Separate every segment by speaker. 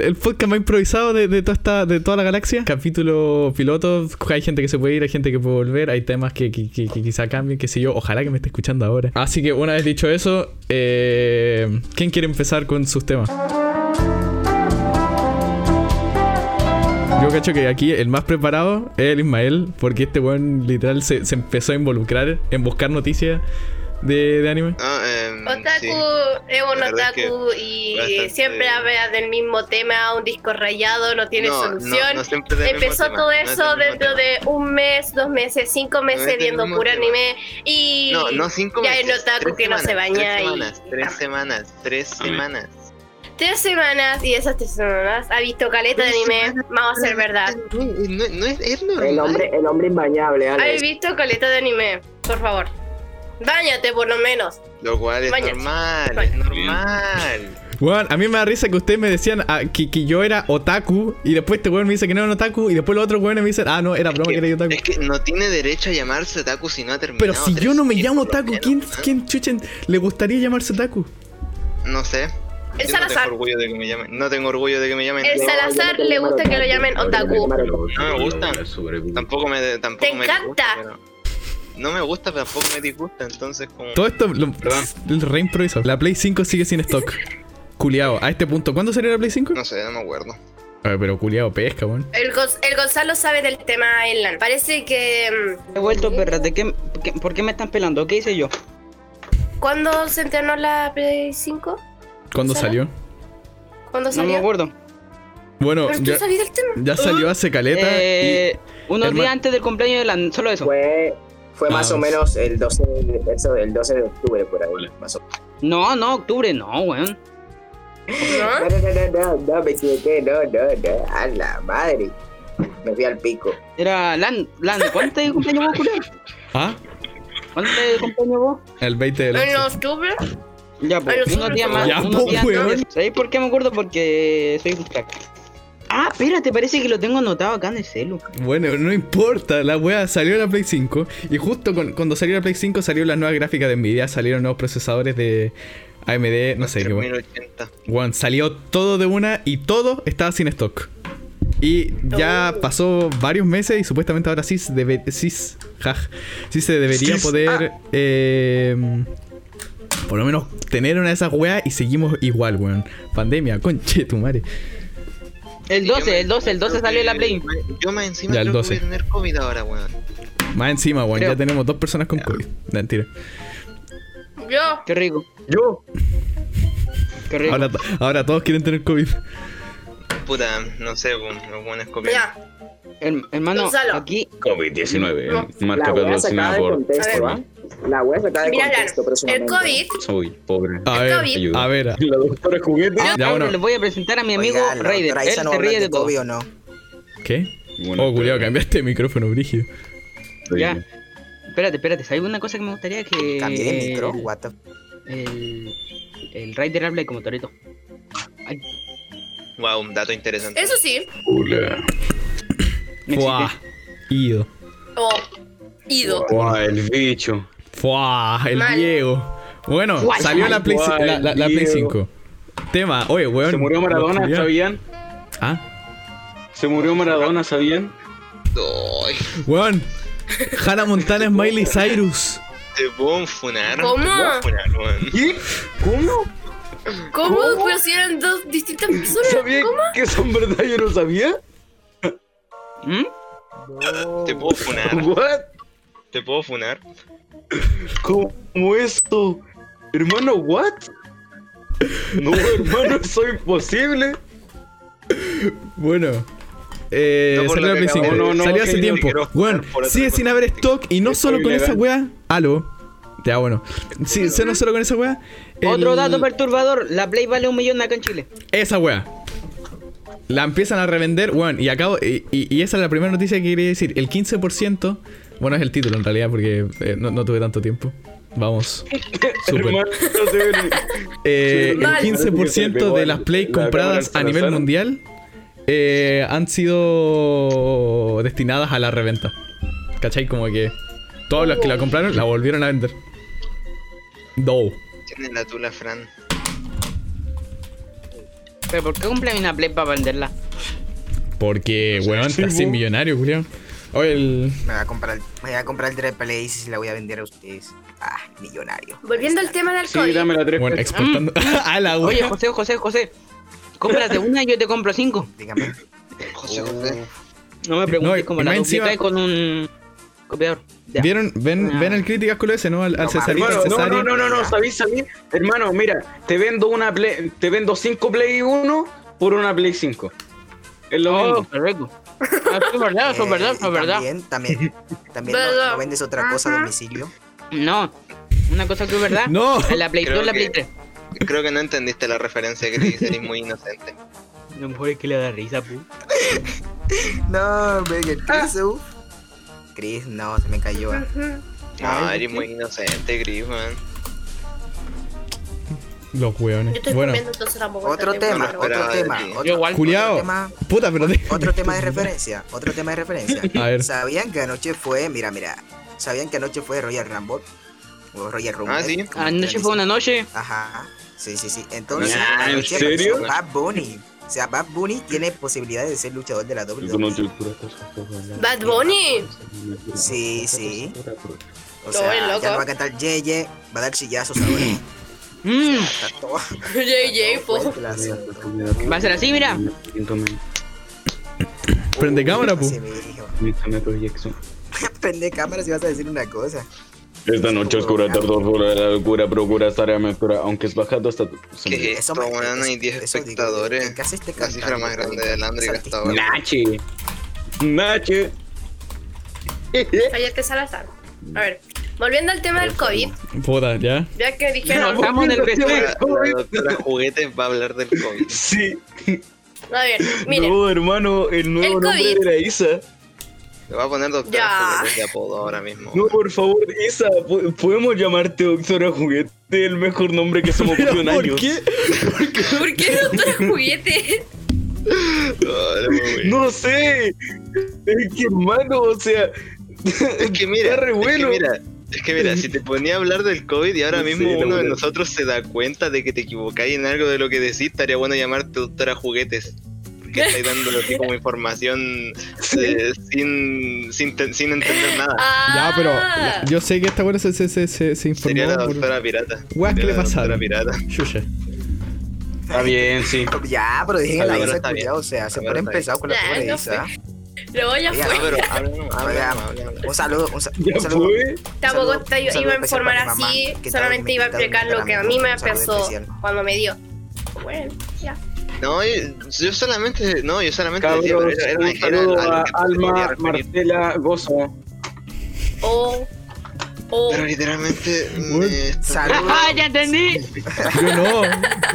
Speaker 1: El podcast más improvisado de, de toda esta, de toda la galaxia. Capítulo piloto. Hay gente que se puede ir, hay gente que puede volver. Hay temas que, que, que- que quizá cambien, qué sé yo. Ojalá que me esté escuchando ahora. Así que una vez dicho eso, eh, ¿quién quiere empezar con sus temas? Yo cacho que aquí el más preparado es el Ismael, porque este weón literal se, se empezó a involucrar en buscar noticias de, de anime.
Speaker 2: Ah, em,
Speaker 3: Otaku
Speaker 2: sí.
Speaker 3: es un
Speaker 2: La verdad
Speaker 3: otaku y
Speaker 2: bastante-
Speaker 3: siempre habla del mismo tema, un disco rayado, no tiene
Speaker 2: No, no,
Speaker 3: solución.
Speaker 2: no siempre es del mismo
Speaker 3: Empezó
Speaker 2: tema,
Speaker 3: todo
Speaker 2: no es del
Speaker 3: eso
Speaker 2: mismo
Speaker 3: dentro
Speaker 2: tema.
Speaker 3: de un mes, dos meses, cinco
Speaker 2: es
Speaker 3: meses
Speaker 2: del
Speaker 3: viendo
Speaker 2: mismo
Speaker 3: puro
Speaker 2: tema.
Speaker 3: anime y
Speaker 2: No, no cinco
Speaker 3: ya
Speaker 2: meses.
Speaker 3: el otaku
Speaker 2: tres
Speaker 3: que no se
Speaker 2: semanas,
Speaker 3: baña
Speaker 2: tres
Speaker 3: y-
Speaker 2: semanas, tres semanas, tres semanas.
Speaker 3: tres semanas y esas tres semanas ha visto caleta de
Speaker 2: Tres
Speaker 3: anime,
Speaker 2: semanas,
Speaker 3: vamos a ser verdad.
Speaker 2: No, no, no es, es normal.
Speaker 4: El hombre, el hombre imbañable,
Speaker 3: ¿Has
Speaker 4: Alex.
Speaker 3: visto caleta de anime? Por favor. Báñate por lo menos.
Speaker 2: Lo cual es
Speaker 3: Bañarse.
Speaker 2: normal, es
Speaker 3: Bañarse.
Speaker 2: normal.
Speaker 1: Weón, a mí me da risa que ustedes me decían ah, que, que yo era otaku y después este weón me dice que no era un otaku y después los otros weones me dicen, ah, no, era broma que, era otaku.
Speaker 2: Es que no tiene derecho a llamarse otaku si no ha terminado.
Speaker 1: Pero si yo
Speaker 2: tres
Speaker 1: no me llamo
Speaker 2: círculos,
Speaker 1: otaku,
Speaker 2: ¿no?
Speaker 1: ¿quién, quién chuchen le gustaría llamarse otaku?
Speaker 2: ¿eh? No sé.
Speaker 3: El
Speaker 2: Yo no tengo
Speaker 3: Salazar.
Speaker 2: orgullo de que me llamen. No tengo orgullo de que me llamen.
Speaker 3: El
Speaker 4: No,
Speaker 2: Yo-
Speaker 3: Salazar
Speaker 4: yo no
Speaker 3: le gusta
Speaker 4: quiero
Speaker 3: que lo llamen
Speaker 4: llamar otaku.
Speaker 3: otaku.
Speaker 2: No me gusta.
Speaker 5: Tampoco.
Speaker 2: Tampoco me tampoco
Speaker 3: Te
Speaker 2: me
Speaker 3: encanta.
Speaker 2: disgusta, pero- No me gusta, pero tampoco me disgusta, entonces como
Speaker 1: Todo esto lo,
Speaker 2: Perdón.
Speaker 1: el re improviso. La Play 5 sigue sin stock. Culeado, a este punto, ¿cuándo salió la Play 5?
Speaker 2: no sé, no me acuerdo.
Speaker 1: A ver, pero culeado, pesca, weón.
Speaker 3: El, Gonz- el Gonzalo sabe del tema Island. Parece que mm,
Speaker 6: He vuelto perra, ¿de qué, qué- ¿por qué me están pelando? ¿Qué hice yo?
Speaker 3: ¿Cuándo se entrenó la Play 5?
Speaker 1: ¿Cuándo
Speaker 3: ¿Sara?
Speaker 1: salió?
Speaker 3: ¿Cuándo
Speaker 6: No me
Speaker 3: salió?
Speaker 6: acuerdo.
Speaker 1: Bueno,
Speaker 3: Pero tú
Speaker 1: ya,
Speaker 3: sabías del tema.
Speaker 1: ya salió hace caleta. y-
Speaker 6: Eh, unos
Speaker 1: hermano-
Speaker 6: días antes del cumpleaños de la... Solo eso.
Speaker 4: Fue, fue más
Speaker 1: Ah,
Speaker 4: o
Speaker 1: sí.
Speaker 4: menos el 12, de, eso, el 12 de octubre, por ahí. Más o
Speaker 6: No, no, octubre no, weón.
Speaker 3: ¿No?
Speaker 4: No, no, no, no, no, no, me equivoqué, no, no, no. A la madre. Me fui al pico.
Speaker 6: Era Lan, Lan, ¿cuánto de cumpleaños vos, Julio?
Speaker 1: Ah,
Speaker 6: ¿Cuánto de cumpleaños vos?
Speaker 1: el 20 de
Speaker 3: ¿En
Speaker 1: la.
Speaker 3: octubre?
Speaker 6: Ya,
Speaker 3: Ay,
Speaker 6: pues,
Speaker 3: los
Speaker 6: unos días más.
Speaker 1: Ya,
Speaker 6: unos
Speaker 1: pues,
Speaker 6: días
Speaker 1: weón.
Speaker 6: antes. ¿Sabéis por qué me acuerdo? Porque soy un crack. Ah, espérate, parece que lo tengo anotado acá en el celu.
Speaker 1: Bueno, no importa, la wea salió la Play 5 y justo con- cuando salió la Play 5 salió las nuevas gráficas de Nvidia, salieron nuevos procesadores de AMD, no sé qué weón.
Speaker 2: 3080.
Speaker 1: Weón, salió todo de una y todo estaba sin stock. Y ya
Speaker 2: Oh.
Speaker 1: pasó varios meses y supuestamente ahora sí se, debe- sí s- jaj, sí se debería
Speaker 2: Sí, Ah.
Speaker 1: poder eh, por lo menos tener una de esas weas y seguimos igual, weón. Pandemia, conche tu madre.
Speaker 6: El
Speaker 2: Yo
Speaker 6: 12,
Speaker 2: me-
Speaker 6: el 12, el 12
Speaker 2: creo
Speaker 6: salió
Speaker 2: que-
Speaker 6: la Play.
Speaker 2: Yo más encima
Speaker 1: Ya, el
Speaker 2: creo
Speaker 1: 12.
Speaker 2: que voy a tener COVID ahora, weón.
Speaker 1: Más encima, weón,
Speaker 6: Creo.
Speaker 1: ya tenemos dos personas con COVID. Mentira.
Speaker 3: Yo.
Speaker 6: Qué rico,
Speaker 4: Yo.
Speaker 6: qué rico.
Speaker 1: Ahora, ahora todos quieren tener COVID.
Speaker 2: Puta, no sé, weón, los buenos COVID.
Speaker 3: Ya.
Speaker 6: Her- hermano,
Speaker 3: Gonzalo.
Speaker 6: aquí...
Speaker 5: COVID-19, marca
Speaker 4: la wea
Speaker 5: patrocinada
Speaker 4: sacada de
Speaker 5: por
Speaker 4: contexto,
Speaker 5: Forma.
Speaker 4: ¿ah? La wea sacada de
Speaker 3: Mira, Alan,
Speaker 4: contexto,
Speaker 3: El
Speaker 4: próximamente.
Speaker 3: COVID.
Speaker 5: Soy pobre.
Speaker 1: A
Speaker 3: El
Speaker 1: ver,
Speaker 3: COVID.
Speaker 1: a ver,
Speaker 5: La doctora juguete.
Speaker 6: Ah,
Speaker 1: Ya, bueno.
Speaker 6: Les voy a presentar a mi amigo
Speaker 7: Oigan, no,
Speaker 6: Raider. Él
Speaker 7: Raiza no
Speaker 6: se
Speaker 7: va a hablar
Speaker 6: ríe de
Speaker 7: de
Speaker 6: todo.
Speaker 7: COVID, ¿o no?
Speaker 1: ¿qué? oh, culiao, cambiaste de micrófono, brígido.
Speaker 6: Ya. Espérate, espérate, ¿sabes una cosa que me gustaría que...
Speaker 7: Cambié de micro,
Speaker 6: el-
Speaker 7: what the f-
Speaker 6: El, el Raider habla como Toreto.
Speaker 2: Wow, un dato interesante.
Speaker 3: Eso sí.
Speaker 5: Hola.
Speaker 6: Me
Speaker 1: Fuá.
Speaker 6: excité.
Speaker 1: Ido.
Speaker 3: O ido.
Speaker 5: Guau, el bicho.
Speaker 1: Fua, el
Speaker 3: Mal.
Speaker 1: Diego. Bueno,
Speaker 6: Guay,
Speaker 1: salió la Play,
Speaker 5: guay,
Speaker 1: la, la- la Play
Speaker 5: Diego.
Speaker 1: 5. Tema, oye, weón.
Speaker 5: Se murió Maradona,
Speaker 1: los culiados.
Speaker 5: ¿sabían?
Speaker 1: Ah,
Speaker 5: Se murió Maradona, ¿sabían?
Speaker 2: Ay,
Speaker 1: weón. Hannah Montana es Miley Cyrus.
Speaker 2: te puedo funar.
Speaker 3: ¿Cómo?
Speaker 2: Te puedo funar, weón.
Speaker 5: ¿Qué? ¿Cómo?
Speaker 3: ¿Cómo conocieron dos distintas personas?
Speaker 5: ¿Sabía que son verdad? Yo no sabía.
Speaker 6: ¿Mm?
Speaker 2: Te
Speaker 7: Oh.
Speaker 2: puedo funar.
Speaker 5: ¿What?
Speaker 2: Te puedo funar.
Speaker 5: ¿Cómo esto? Hermano, ¿what? No, hermano, eso es imposible.
Speaker 1: Bueno. Eh,
Speaker 2: No por
Speaker 1: salió
Speaker 2: lo
Speaker 1: la
Speaker 2: que
Speaker 1: Play 5.
Speaker 2: acabo
Speaker 5: de- No, no,
Speaker 1: salió
Speaker 5: que
Speaker 1: hace
Speaker 5: yo
Speaker 1: tiempo.
Speaker 2: quiero jugar
Speaker 1: Weón,
Speaker 2: por otra
Speaker 1: sigue sin
Speaker 2: cosa.
Speaker 1: haber stock y no
Speaker 5: Estoy
Speaker 1: solo con esa
Speaker 5: ilegal.
Speaker 1: weá. Aló. Ya, bueno. Sí, se- no solo con esa weá. el-
Speaker 6: Otro dato perturbador, la Play vale un millón acá en Chile.
Speaker 1: Esa wea. La empiezan a revender, weón. Y acabo. Y, y- y esa es la primera noticia que quería decir. El 15%. Bueno, es el título en realidad, porque eh, no, no tuve tanto tiempo. Vamos. Súper.
Speaker 5: Hermano, se-
Speaker 1: Eh, el
Speaker 3: Mal.
Speaker 1: 15% de las Play
Speaker 5: La
Speaker 1: compradas
Speaker 5: cámara
Speaker 1: a
Speaker 5: al
Speaker 1: nivel
Speaker 5: Salazar.
Speaker 1: mundial eh, han sido destinadas a la reventa. ¿Cachai? Como que todos los que la compraron la volvieron a vender. Do.
Speaker 2: Tienes la tula, Fran.
Speaker 6: ¿Pero por qué compré una Play para venderla?
Speaker 1: Porque, weón,
Speaker 5: sí,
Speaker 1: estás sin
Speaker 5: po.
Speaker 1: millonario, Julián. Oye, el.
Speaker 7: Me voy a comprar, me voy a comprar tres plays y se la voy a vender a ustedes. Ah, millonario.
Speaker 3: Volviendo al tema del
Speaker 5: Sí,
Speaker 3: COVID.
Speaker 5: dame la tres.
Speaker 1: Bueno,
Speaker 5: pesos.
Speaker 1: exportando. a la
Speaker 6: Oye,
Speaker 1: wea.
Speaker 6: José, José, José. Cómprate una y yo te compro cinco.
Speaker 7: Dígame.
Speaker 2: José José.
Speaker 6: No me preguntes
Speaker 1: No,
Speaker 6: cómo
Speaker 1: y
Speaker 6: la
Speaker 1: más
Speaker 6: duplica
Speaker 1: encima-
Speaker 6: con un copiador. Ya.
Speaker 1: ¿Vieron? Ven,
Speaker 6: Ah.
Speaker 1: ven el críticas con ese, ¿no? Al, al
Speaker 7: No,
Speaker 1: Cesarito, al
Speaker 5: Hermano, no,
Speaker 1: Cesari.
Speaker 5: no, no, no, no, sabí, sabí. Hermano, mira, te vendo una Play, te vendo 5 Play 1 por una Play 5. Es lo
Speaker 6: Oh,
Speaker 5: mismo.
Speaker 6: correcto. Ah, sí, es verdad, eso
Speaker 7: Eh,
Speaker 6: es verdad, eso
Speaker 7: y
Speaker 6: es verdad.
Speaker 7: También, también, también no,
Speaker 3: Verdad.
Speaker 7: no vendes otra cosa a
Speaker 3: Ajá.
Speaker 7: domicilio.
Speaker 6: No, una cosa que es verdad.
Speaker 1: No.
Speaker 6: en La Play
Speaker 2: Creo
Speaker 6: 2, la Play
Speaker 2: que-
Speaker 6: 3.
Speaker 2: Creo que no entendiste la referencia que te hice, eres muy inocente.
Speaker 6: Lo mejor es que le da risa, pu.
Speaker 7: No, me que Chris,
Speaker 3: Ah.
Speaker 7: uf. Chris, no, se me cayó. ah.
Speaker 3: Ujú.
Speaker 2: No, eres muy inocente, Chris, weón.
Speaker 1: Los
Speaker 3: Yo
Speaker 1: weones.
Speaker 3: estoy
Speaker 1: Bueno,
Speaker 3: comiendo, entonces tampoco.
Speaker 7: Otro
Speaker 3: entendí
Speaker 7: tema,
Speaker 3: mucho,
Speaker 2: pero-
Speaker 7: otro tema,
Speaker 2: Yo
Speaker 7: otro,
Speaker 6: Yo igual.
Speaker 1: culiao.
Speaker 7: tema.
Speaker 1: Puta, pero. de-
Speaker 7: Otro tema de referencia, otro tema de referencia.
Speaker 1: A ver.
Speaker 7: ¿Sabían que anoche fue, mira, mira, ¿sabían que anoche fue Royal Rumble? O Royal Rumble.
Speaker 2: Ah, sí.
Speaker 7: como
Speaker 6: Anoche
Speaker 7: quieran
Speaker 6: fue
Speaker 7: decir.
Speaker 6: una noche.
Speaker 7: Ajá, sí, sí, sí. Entonces,
Speaker 5: Ah, ¿en
Speaker 7: anoche
Speaker 5: serio?
Speaker 7: apareció Bad Bunny. O sea, Bad Bunny tiene posibilidades de ser luchador de la WWE.
Speaker 3: Bad Bunny.
Speaker 7: Sí, sí. O
Speaker 3: Todo es
Speaker 7: sea,
Speaker 3: loco.
Speaker 7: ya no va a cantar Yeye, va a dar chillazos ahora.
Speaker 6: Mm,
Speaker 7: Está todo-
Speaker 3: JJ, po.
Speaker 7: todo fuerte el asunto.
Speaker 6: va a ser así, mira.
Speaker 1: Prende cámara, pu.
Speaker 7: Así me dijo. Prende cámara si vas a decir una cosa.
Speaker 5: Esta noche oscura tardó por la locura, procura estar a mejora, aunque es bajado hasta tu.
Speaker 2: ¿Qué es
Speaker 7: Eso
Speaker 2: esto,
Speaker 7: me-
Speaker 2: weón? Hay
Speaker 7: eso-
Speaker 2: 10
Speaker 7: eso digo,
Speaker 2: espectadores.
Speaker 7: ¿qué hace este
Speaker 2: La cifra
Speaker 7: cantante?
Speaker 2: más grande del Android
Speaker 7: Saltito.
Speaker 2: hasta ahora.
Speaker 5: Nache. Nache.
Speaker 3: Cállate, Salazar. A ver, volviendo al tema del COVID,
Speaker 1: Puta, ya.
Speaker 3: ya que
Speaker 6: Nos
Speaker 3: dijeron.
Speaker 6: bajamos del PC.
Speaker 2: La, la doctora Juguetes va a hablar del COVID.
Speaker 5: Sí.
Speaker 3: A ver, miren.
Speaker 5: No, hermano, el nuevo
Speaker 3: El
Speaker 5: nombre
Speaker 3: COVID.
Speaker 5: de la Isa.
Speaker 2: Le va a poner doctora
Speaker 3: Ya.
Speaker 2: Juguetes de apodo ahora mismo.
Speaker 5: No, por favor, Isa, po- podemos llamarte Doctora Juguete, el mejor nombre que se me ocurrió en años.
Speaker 3: ¿Por qué no traes juguete?
Speaker 2: No,
Speaker 5: No sé. Es que, hermano, o sea.
Speaker 2: es que mira,
Speaker 5: está re
Speaker 2: es que
Speaker 5: bueno.
Speaker 2: mira, es que mira, si te ponía a hablar del COVID y ahora
Speaker 5: Sí,
Speaker 2: mismo
Speaker 5: la
Speaker 2: uno de
Speaker 5: verdad.
Speaker 2: nosotros se da cuenta de que te equivocáis en algo de lo que decís, estaría bueno llamarte doctora Juguetes. Porque estáis dando así como información eh, sin, sin, ten- sin entender nada.
Speaker 1: Ya, pero
Speaker 3: Ah.
Speaker 1: yo sé que esta weá se, se, se, se, se informó.
Speaker 2: Sería la
Speaker 1: por-
Speaker 2: doctora pirata.
Speaker 1: Weas que
Speaker 2: Sería
Speaker 1: le
Speaker 2: la doctora
Speaker 1: pasaron.
Speaker 2: pirata.
Speaker 1: Chucha.
Speaker 5: Está bien, sí.
Speaker 7: Ya, pero dejen a la
Speaker 2: Ahora
Speaker 7: Isa,
Speaker 2: está bien.
Speaker 7: culiao, o sea, se
Speaker 2: Ahora
Speaker 7: pone
Speaker 2: está
Speaker 7: empezado con la
Speaker 3: Ya,
Speaker 7: pobre
Speaker 3: no
Speaker 7: Isa.
Speaker 3: Luego ya
Speaker 7: Oiga,
Speaker 2: No,
Speaker 3: fue.
Speaker 2: Ah, pero háblanos,
Speaker 7: Oiga,
Speaker 2: háblanos, háblanos.
Speaker 7: un saludo, un, sa-
Speaker 5: Ya
Speaker 7: un saludo.
Speaker 5: fue.
Speaker 3: Tampoco
Speaker 7: saludo-
Speaker 3: te-
Speaker 7: un saludo
Speaker 3: iba a
Speaker 7: especial
Speaker 3: informar
Speaker 7: para mi mamá,
Speaker 3: así,
Speaker 7: que tal vez
Speaker 3: solamente
Speaker 7: me
Speaker 3: iba a
Speaker 7: invitaron
Speaker 3: explicar lo que a
Speaker 7: para
Speaker 3: mí me
Speaker 7: un saludo
Speaker 3: empezó
Speaker 7: especial.
Speaker 3: cuando me dio. Bueno, ya.
Speaker 2: No, yo, yo solamente, no, yo solamente decía,
Speaker 5: Cabros,
Speaker 2: pero era-
Speaker 5: un
Speaker 2: era- era algo
Speaker 5: saludo a
Speaker 2: que no se podía
Speaker 5: Alma
Speaker 2: referir.
Speaker 5: Marcela Gozo.
Speaker 3: O. O.
Speaker 2: Pero literalmente,
Speaker 1: Bueno.
Speaker 2: eh,
Speaker 7: Saludos.
Speaker 6: Ah, ya entendí.
Speaker 1: Yo no,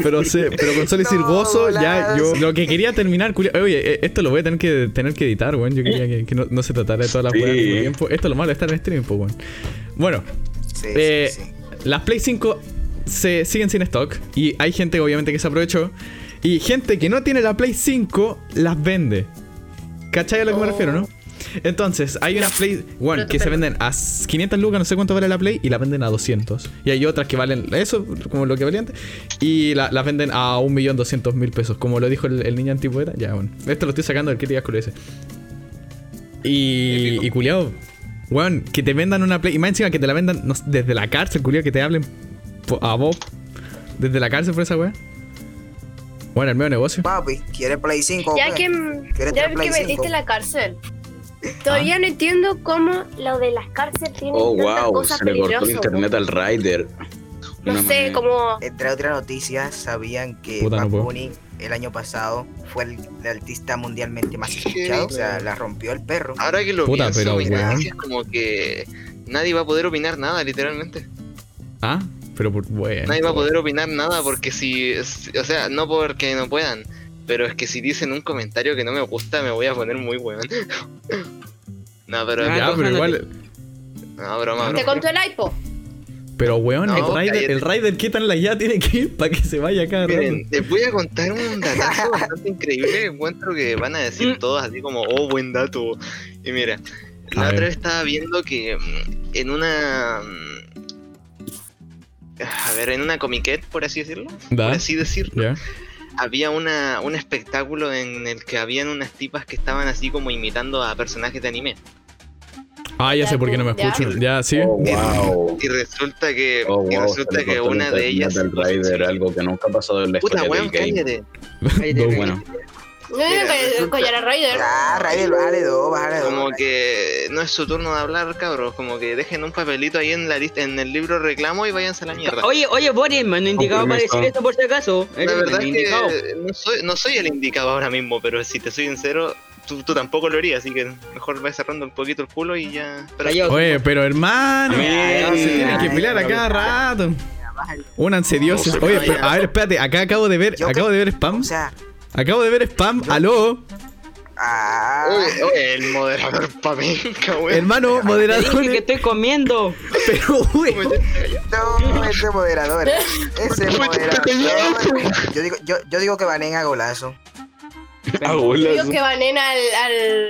Speaker 1: pero sé, pero con solo decir
Speaker 7: No,
Speaker 1: gozo, ya
Speaker 7: voladas.
Speaker 1: yo. Lo que quería terminar, culia- Oye, eh, esto lo voy a tener que, tener que editar, weón. Yo quería que, que no, no se tratara de todas las
Speaker 5: Sí.
Speaker 1: weas al mismo tiempo. Esto es lo malo de estar en streaming, po, weón. Bueno,
Speaker 7: Sí,
Speaker 1: eh,
Speaker 7: sí, sí.
Speaker 1: las Play 5 se siguen sin stock. Y hay gente, obviamente, que se aprovechó. Y gente que no tiene la Play 5 las vende. ¿Cachai a lo que me
Speaker 3: Oh.
Speaker 1: refiero, no? Entonces, hay unas Play One
Speaker 3: Pero
Speaker 1: que
Speaker 3: tú
Speaker 1: se
Speaker 3: perdón.
Speaker 1: venden a 500 lucas, no sé cuánto vale la Play, y la venden a 200. Y hay otras que valen eso, como lo que valía antes, y la- las venden a 1.200.000 pesos, como lo dijo el, el niño antipoeta. Ya, bueno. Esto lo estoy sacando del críticas con ese. Y, y culiao, weón, que te vendan una Play, y más encima que te la vendan no sé, desde la cárcel, culiao, que te hablen po- a vos desde la cárcel por esa weá. Bueno, el medio negocio.
Speaker 7: Papi, ¿quiere Play 5?
Speaker 3: Ya que,
Speaker 7: ¿Quieres
Speaker 3: ya
Speaker 7: tener Play Ah.
Speaker 3: que metiste
Speaker 7: 5?
Speaker 3: la cárcel. Todavía no entiendo cómo lo de las cárceles tiene
Speaker 5: Oh,
Speaker 3: tantas
Speaker 5: wow,
Speaker 3: cosas
Speaker 5: se le cortó
Speaker 3: peligrosas,
Speaker 5: el internet al Rider.
Speaker 3: No
Speaker 5: Una
Speaker 3: sé,
Speaker 5: manera.
Speaker 3: como
Speaker 7: Entre otras noticias, sabían que
Speaker 1: Puta,
Speaker 7: Bad
Speaker 1: no puedo.
Speaker 7: Bunny el año pasado fue el, el artista mundialmente más escuchado. O sea, la rompió el perro.
Speaker 2: ahora que lo
Speaker 1: Puta,
Speaker 2: pienso,
Speaker 1: pero,
Speaker 2: mi
Speaker 1: weón.
Speaker 2: gracia es como que nadie va a poder opinar nada, literalmente.
Speaker 1: Ah, pero por, bueno.
Speaker 2: Nadie va a poder opinar nada porque si, si- o sea, no porque no puedan, pero es que si dicen un comentario que no me gusta, me voy a poner muy weón. no, pero,
Speaker 6: Ah,
Speaker 1: Ya, pero igual.
Speaker 2: no, broma,
Speaker 3: te
Speaker 2: broma.
Speaker 3: contó el iPod.
Speaker 1: Pero weón,
Speaker 2: No,
Speaker 1: el, rider,
Speaker 2: cállate.
Speaker 1: el Raider, ¿qué tan la ya tiene que ir para que se vaya cada rato?
Speaker 2: Miren, les voy a contar un datazo bastante increíble que encuentro que van a decir todos así como, oh, buen dato. Y mira,
Speaker 1: Mm. A
Speaker 2: la
Speaker 1: ver.
Speaker 2: otra vez estaba viendo que mm, en una... mm, A ver, en una comiquet, por así decirlo.
Speaker 1: Da.
Speaker 2: Por así decirlo.
Speaker 1: Ya.
Speaker 2: había una, un espectáculo en el que habían unas tipas que estaban así como imitando a personajes de anime.
Speaker 1: Ah, ya
Speaker 3: Ya,
Speaker 1: sé por qué no me
Speaker 3: tú, ya.
Speaker 1: escucho. Ya, sí.
Speaker 5: Oh, wow.
Speaker 2: Y resulta que,
Speaker 5: Oh,
Speaker 2: y
Speaker 5: wow,
Speaker 2: resulta
Speaker 5: se le
Speaker 2: que
Speaker 5: cortó
Speaker 2: una de ellas.
Speaker 5: internet al Raider, algo que nunca ha pasado en la
Speaker 2: Puta
Speaker 5: historia
Speaker 2: weón,
Speaker 5: del game.
Speaker 2: cállate.
Speaker 6: Cállate,
Speaker 1: Go,
Speaker 5: Bueno,
Speaker 2: Mira,
Speaker 3: No, collar a Raider.
Speaker 7: Ya, Raider, bájale dos, bájale dos.
Speaker 2: Como que no es su turno de hablar, cabros. Como que dejen un papelito ahí en la lista, en el libro reclamo y váyanse a la mierda.
Speaker 6: Oye, oye, Boris, mano indicado para
Speaker 5: permiso.
Speaker 6: decir esto por si acaso.
Speaker 2: La
Speaker 6: Eres
Speaker 2: verdad
Speaker 6: mano
Speaker 2: es
Speaker 6: indicado.
Speaker 2: que no soy, no soy el indicado ahora mismo, pero si te soy sincero, tú, tú tampoco lo harías, así que mejor ve cerrando un poquito el culo y ya. Pero
Speaker 6: Callado.
Speaker 1: Oye, pero hermano,
Speaker 5: Mira,
Speaker 1: se tienen que
Speaker 7: mira,
Speaker 1: pelear a
Speaker 7: mira,
Speaker 1: cada rato. Únanse dioses.
Speaker 2: No,
Speaker 1: Oye,
Speaker 2: mira.
Speaker 1: pero- a ver, espérate, acá acabo de ver,
Speaker 7: Yo
Speaker 1: acabo
Speaker 7: creo-
Speaker 1: de ver spam.
Speaker 7: O sea,
Speaker 1: Acabo de ver spam. Aló,
Speaker 7: ah,
Speaker 2: Oye, oye, el moderador pa' mí, cabrón.
Speaker 1: hermano
Speaker 6: Te dije que
Speaker 1: moderador.
Speaker 6: estoy comiendo.
Speaker 1: Pero, güey.
Speaker 2: Pues,
Speaker 7: no, ese moderador. Ese
Speaker 2: Uy,
Speaker 7: moderador. Yo digo, yo, yo digo que baneen a golazo.
Speaker 5: Ah, hola.
Speaker 3: Digo que banen al. al.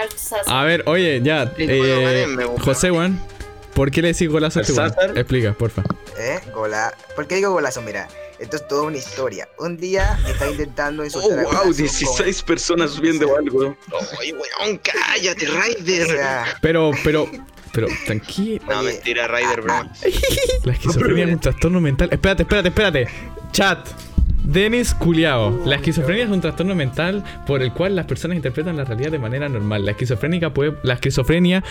Speaker 3: al Sas.
Speaker 5: Ah.
Speaker 1: A ver, oye, ya.
Speaker 2: El
Speaker 1: eh,
Speaker 2: juego vale, me gusta.
Speaker 1: José, weón. ¿Por qué le decís golazo a este
Speaker 5: ¿El
Speaker 1: weón?
Speaker 5: Sazar?
Speaker 1: Explica, porfa.
Speaker 7: ¿Eh? Gola... ¿Por qué digo golazo? Mira, esto es toda una historia. Un día está intentando
Speaker 5: Oh,
Speaker 7: insultar a Golazo
Speaker 5: wow,
Speaker 7: con-
Speaker 5: 16 personas viendo algo.
Speaker 2: Ay, weón, cállate,
Speaker 7: O
Speaker 2: Raider.
Speaker 7: sea,
Speaker 1: Pero, pero, pero, tranquilo.
Speaker 2: No,
Speaker 7: oye, ah,
Speaker 2: mentira, Raider, bro.
Speaker 1: La esquizofrenia es un trastorno mental. Espérate, espérate, espérate. Chat. Denis Culiao. La esquizofrenia es un trastorno mental por el cual las personas interpretan la realidad de manera normal. La esquizofrénica puede, la esquizofrenia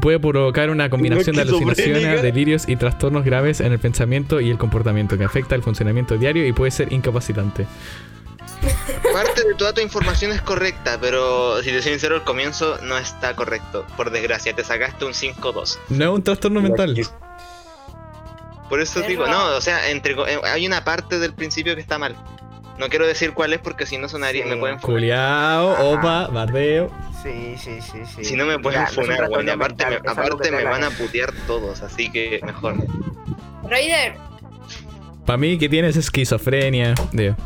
Speaker 1: puede provocar una combinación de alucinaciones,
Speaker 5: esquizofrénica.
Speaker 1: delirios y trastornos graves en el pensamiento y el comportamiento que afecta el funcionamiento diario y puede ser incapacitante.
Speaker 2: Parte de toda tu información es correcta, pero si te soy sincero, el comienzo no está correcto. Por desgracia, te sacaste un 5-2.
Speaker 1: No es un trastorno mental.
Speaker 2: Por eso
Speaker 3: Es
Speaker 2: digo,
Speaker 3: raro.
Speaker 2: no, o sea, entre, co- eh, hay una parte del principio que está mal. No quiero decir cuál es porque si no sonaría,
Speaker 7: Sí.
Speaker 2: me pueden funar.
Speaker 1: Culiao,
Speaker 7: Ajá.
Speaker 1: opa, bardeo.
Speaker 7: sí, sí, sí, sí.
Speaker 2: Si no me pueden
Speaker 7: Mira, es un
Speaker 2: funar,
Speaker 7: trastorno
Speaker 2: weón. y Aparte, me,
Speaker 7: mental, es algo
Speaker 2: aparte
Speaker 7: que
Speaker 2: me
Speaker 7: te
Speaker 2: van a
Speaker 7: hagan.
Speaker 2: putear todos, así que mejor.
Speaker 3: Raider.
Speaker 1: Para mí que tienes esquizofrenia. Digo,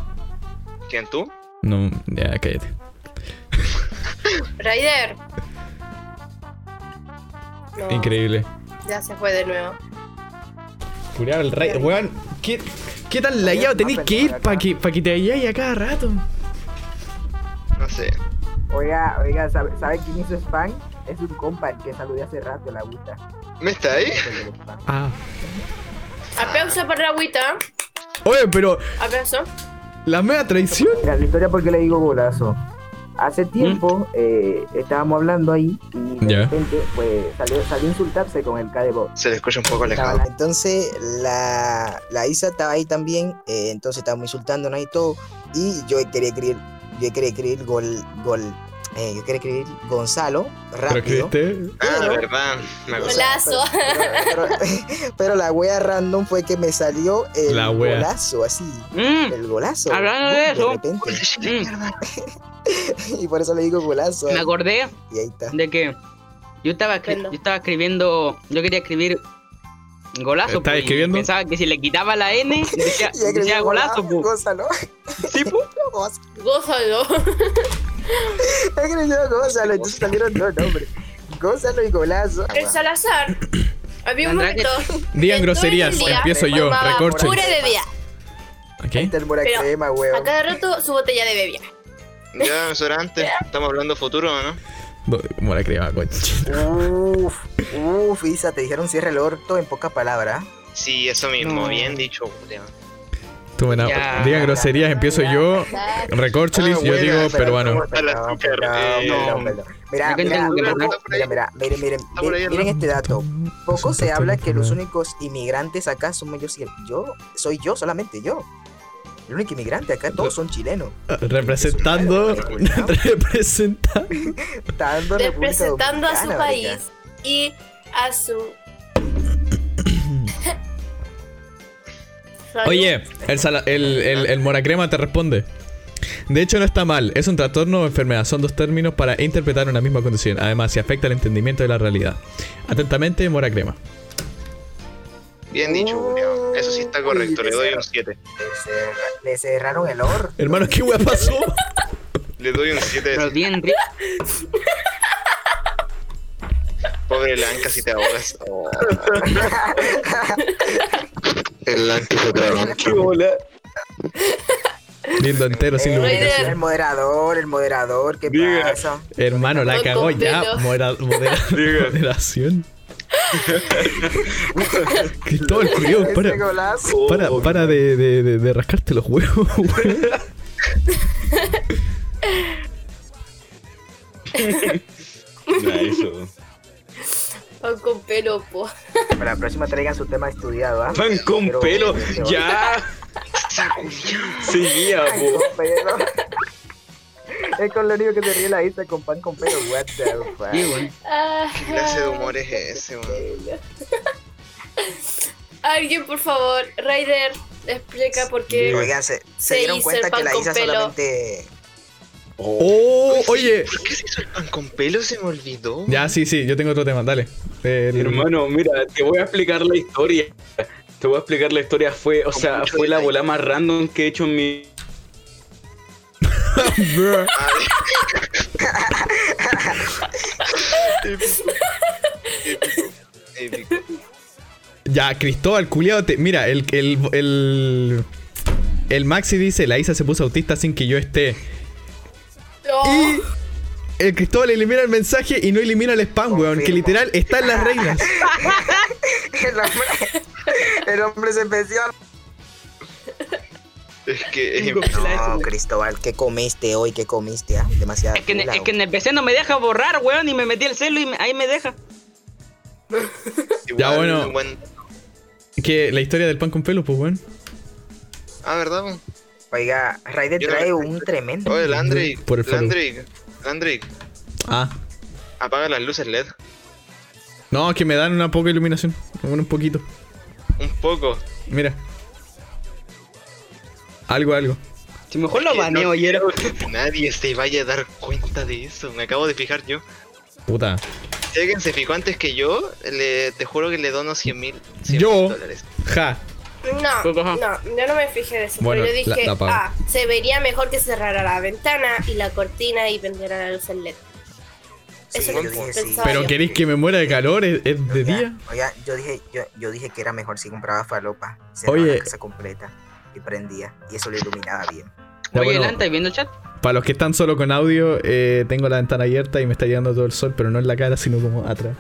Speaker 2: ¿Quién tú?
Speaker 1: no, ya cállate.
Speaker 3: Raider. No,
Speaker 1: Increíble.
Speaker 3: Ya se fue de nuevo.
Speaker 1: Culiao, el rey. Weón, ¿qué, qué tan layado tenés que ir para que, pa' que te vayáis a cada rato?
Speaker 2: No sé.
Speaker 7: Oiga, oiga, ¿sabe, sabe quién hizo spam? Es un compa el que saludé hace rato, la gusta.
Speaker 2: ¿Me está ahí?
Speaker 1: Ah.
Speaker 3: Aplauso para la agüita.
Speaker 1: Oye, pero
Speaker 3: Aplauso.
Speaker 1: la mega traición.
Speaker 7: Mira, la historia porque le digo golazo. Hace tiempo eh, estábamos hablando ahí y de
Speaker 1: ¿Mm? Ya.
Speaker 7: repente pues, salió, salió a insultarse con el K de Bob.
Speaker 2: Se le escucha un poco
Speaker 7: Estaba
Speaker 2: alejado.
Speaker 7: la- Entonces la, la Isa estaba ahí también, eh, entonces estábamos insultándonos y todo. Y yo quería escribir, yo quería escribir gol, gol, eh, yo quería escribir Gonzalo
Speaker 1: Pero
Speaker 7: rápido.
Speaker 1: escribiste.
Speaker 2: Ah, verdad. Me
Speaker 7: O
Speaker 2: acordé.
Speaker 7: sea,
Speaker 3: Golazo.
Speaker 7: Pero, pero- pero la wea random fue que me salió el
Speaker 1: La wea.
Speaker 7: golazo así.
Speaker 6: Mm,
Speaker 7: El golazo.
Speaker 6: Hablando de eso.
Speaker 7: repente.
Speaker 2: ¿Eh?
Speaker 6: mm.
Speaker 7: Y por eso le digo golazo.
Speaker 6: Me acordé
Speaker 7: Y ahí está.
Speaker 6: de que yo estaba, escri-
Speaker 3: Bueno.
Speaker 6: yo estaba escribiendo, yo quería escribir golazo.
Speaker 1: ¿Estás
Speaker 6: po, y
Speaker 1: escribiendo?
Speaker 6: Pensaba que si le quitaba la N, decía,
Speaker 7: Y pues". ahí
Speaker 6: decía
Speaker 7: escribió
Speaker 6: golazo. pues. po.
Speaker 7: Gonzalo.
Speaker 6: Sí, po.
Speaker 7: Gonzalo.
Speaker 3: Gózalo.
Speaker 7: Escribió Gonzalo. Entonces salieron dos nombres. Gonzalo y golazo.
Speaker 1: Ah,
Speaker 3: El Salazar. Había un
Speaker 6: Tendrá que-
Speaker 3: momento.
Speaker 1: Digan groserías,
Speaker 3: Todo el día
Speaker 1: empiezo yo,
Speaker 3: tomaba
Speaker 1: recorchen.
Speaker 3: Pura bebida.
Speaker 1: Ok.
Speaker 7: Está el mora
Speaker 3: Pero
Speaker 7: crema, weón.
Speaker 3: A cada rato su botella de bebida.
Speaker 2: Ya, eso era antes. Estamos hablando futuro, ¿no?
Speaker 1: Do- Como la crema, coche.
Speaker 7: Uf, uf, Isa, te dijeron cierre el orto en pocas palabras.
Speaker 2: Sí, eso mismo.
Speaker 6: No.
Speaker 2: Bien dicho, Julián.
Speaker 1: Tú, bueno,
Speaker 6: Ya.
Speaker 1: digan groserías, empiezo yo. Recorchelis,
Speaker 2: Ah,
Speaker 1: yo
Speaker 2: buena,
Speaker 1: digo
Speaker 7: Pero
Speaker 1: peruano.
Speaker 7: no, pero no,
Speaker 2: azúcar,
Speaker 7: pero
Speaker 2: eh,
Speaker 7: no,
Speaker 2: no.
Speaker 7: pero no. Mira,
Speaker 6: Acá
Speaker 7: mira,
Speaker 6: tengo que
Speaker 7: poco-
Speaker 2: mandar.
Speaker 7: mira, mira, miren, miren,
Speaker 2: Está por ahí
Speaker 7: miren,
Speaker 2: el
Speaker 7: miren
Speaker 2: rato.
Speaker 7: este dato. Poco se
Speaker 1: Resulta
Speaker 7: habla
Speaker 1: ser
Speaker 7: que los
Speaker 1: enfermedad.
Speaker 7: únicos inmigrantes acá somos yo, sí- yo, soy yo, solamente yo. El único inmigrante acá, todos son chilenos.
Speaker 1: Representando. Representando.
Speaker 7: Tanto República
Speaker 3: Representando a su
Speaker 7: Dominicana, marica.
Speaker 3: país y a su. Salud.
Speaker 1: Oye, el, sala- el, el- el moracrema te responde. De hecho, no está mal. Es un trastorno o enfermedad. Son dos términos para interpretar una misma condición. Además, si afecta el entendimiento de la realidad. Atentamente, moracrema.
Speaker 2: Bien dicho, Julián. Eso sí está correcto. Le doy un 7.
Speaker 7: Le cerra- Le cerraron el orto.
Speaker 1: Hermano, ¿qué wea pasó?
Speaker 2: Le doy un 7
Speaker 6: Pero bien rico.
Speaker 2: Pobre Lanca, si te ahogas. Oh. El Lanca se tragó.
Speaker 5: Hola.
Speaker 1: Lindo entero, sin
Speaker 7: Eh,
Speaker 1: lubricación.
Speaker 8: Raider.
Speaker 7: el moderador, el moderador, ¿qué
Speaker 5: Diga.
Speaker 7: pasa?
Speaker 1: Hermano, la
Speaker 8: Con
Speaker 1: cagó ya.
Speaker 8: pelo.
Speaker 1: Modera, modera-
Speaker 5: Diga.
Speaker 1: moderación. Cristóbal, culiao, para.
Speaker 7: Ese golazo.
Speaker 5: oh.
Speaker 1: Para, para de, de, de, de rascarte los huevos, weón.
Speaker 5: Ya, eso.
Speaker 8: Pan con pelo, po.
Speaker 7: Para la próxima traigan su tema estudiado, ¿ah?
Speaker 5: Van con
Speaker 7: Pero-
Speaker 5: pelo.
Speaker 7: pero-
Speaker 5: Ya. Seguía, po.
Speaker 7: Con pelo. Es con lo único que se ríe la Isa con pan con pelo. What the
Speaker 6: Sí,
Speaker 7: fuck.
Speaker 6: weón.
Speaker 8: Ah.
Speaker 2: ¿Qué clase de humor es ese, weón?
Speaker 8: Alguien, por favor, Raider, explica por qué.
Speaker 7: Oigan, se, se
Speaker 8: Se
Speaker 7: dieron
Speaker 8: hizo
Speaker 7: cuenta
Speaker 8: el
Speaker 7: que
Speaker 8: pan
Speaker 7: la
Speaker 8: con
Speaker 7: Isa
Speaker 8: pelo.
Speaker 7: solamente.
Speaker 1: ¡Oh! Oye.
Speaker 2: ¿Por qué se hizo el pan con pelo? Se me olvidó.
Speaker 1: Ya, sí, sí, yo tengo otro tema, dale. El-
Speaker 5: Hermano, mira, te voy a explicar la historia. Te voy a explicar la historia. Fue, o sea,
Speaker 2: mucho
Speaker 5: fue la
Speaker 2: detalle.
Speaker 5: bola más random que he hecho en mi.
Speaker 1: Bruh.
Speaker 2: A ver. Épico. Épico.
Speaker 1: Ya, Cristóbal, culiado, te... mira, el, el, el, el Maxi dice, la Isa se puso autista sin que yo esté.
Speaker 8: No.
Speaker 1: Y el Cristóbal elimina el mensaje y no elimina el spam, weón, que
Speaker 7: Confirmo.
Speaker 1: literal está en las reglas.
Speaker 7: El hombre, el hombre se venció.
Speaker 2: Es que.
Speaker 6: Tengo flash,
Speaker 7: No,
Speaker 6: weón.
Speaker 7: Cristóbal, ¿qué comiste hoy? ¿Qué comiste? ah? Demasiado.
Speaker 6: Es que, en-
Speaker 7: gula,
Speaker 6: es que en el PC no me deja borrar, weón, y me metí el celo y me- ahí me deja.
Speaker 2: igual,
Speaker 1: Ya, bueno.
Speaker 2: buen-
Speaker 1: Que la historia del pan con pelo, pues, weón.
Speaker 2: Ah, ¿verdad? weón?
Speaker 7: Oiga, Raider
Speaker 2: Yo no-
Speaker 7: trae un tremendo.
Speaker 2: Oye, Landry.
Speaker 1: Por el follow.
Speaker 2: Landry. Landry.
Speaker 1: Ah.
Speaker 2: Apaga las luces LED.
Speaker 1: No, que me dan una poca iluminación, un poquito.
Speaker 2: Un poco.
Speaker 1: Mira. Algo, algo.
Speaker 6: Si mejor lo
Speaker 2: Que no
Speaker 6: baneo, y era.
Speaker 2: quiero que Nadie se vaya a dar cuenta de eso. Me acabo de fijar yo.
Speaker 1: Puta.
Speaker 2: Si alguien se fijó antes que yo, le, te juro que le dono 100 mil
Speaker 1: Yo.
Speaker 2: dólares.
Speaker 1: Ja.
Speaker 8: No, no, yo no me fijé de eso.
Speaker 1: Bueno,
Speaker 8: pero yo
Speaker 1: la-
Speaker 8: dije,
Speaker 1: la apago.
Speaker 8: ah, se vería mejor que cerrara la ventana y la cortina y prendiera la luz en LED.
Speaker 7: Sí,
Speaker 8: Eso
Speaker 7: yo
Speaker 8: es
Speaker 7: dije sí.
Speaker 8: pensado.
Speaker 1: Pero queréis que me muera de calor, es, es de
Speaker 7: Oiga,
Speaker 1: día.
Speaker 7: Oiga, yo dije, yo, yo dije que era mejor si compraba falopa. Se
Speaker 1: Oye.
Speaker 7: la casa completa y prendía. Y eso lo iluminaba bien.
Speaker 1: Ya,
Speaker 6: Oye,
Speaker 1: bueno.
Speaker 6: Lanta, ¿y viendo el chat?
Speaker 1: Para los que están solo con audio, eh, tengo la ventana abierta y me está llegando todo el sol, pero no en la cara, sino como atrás.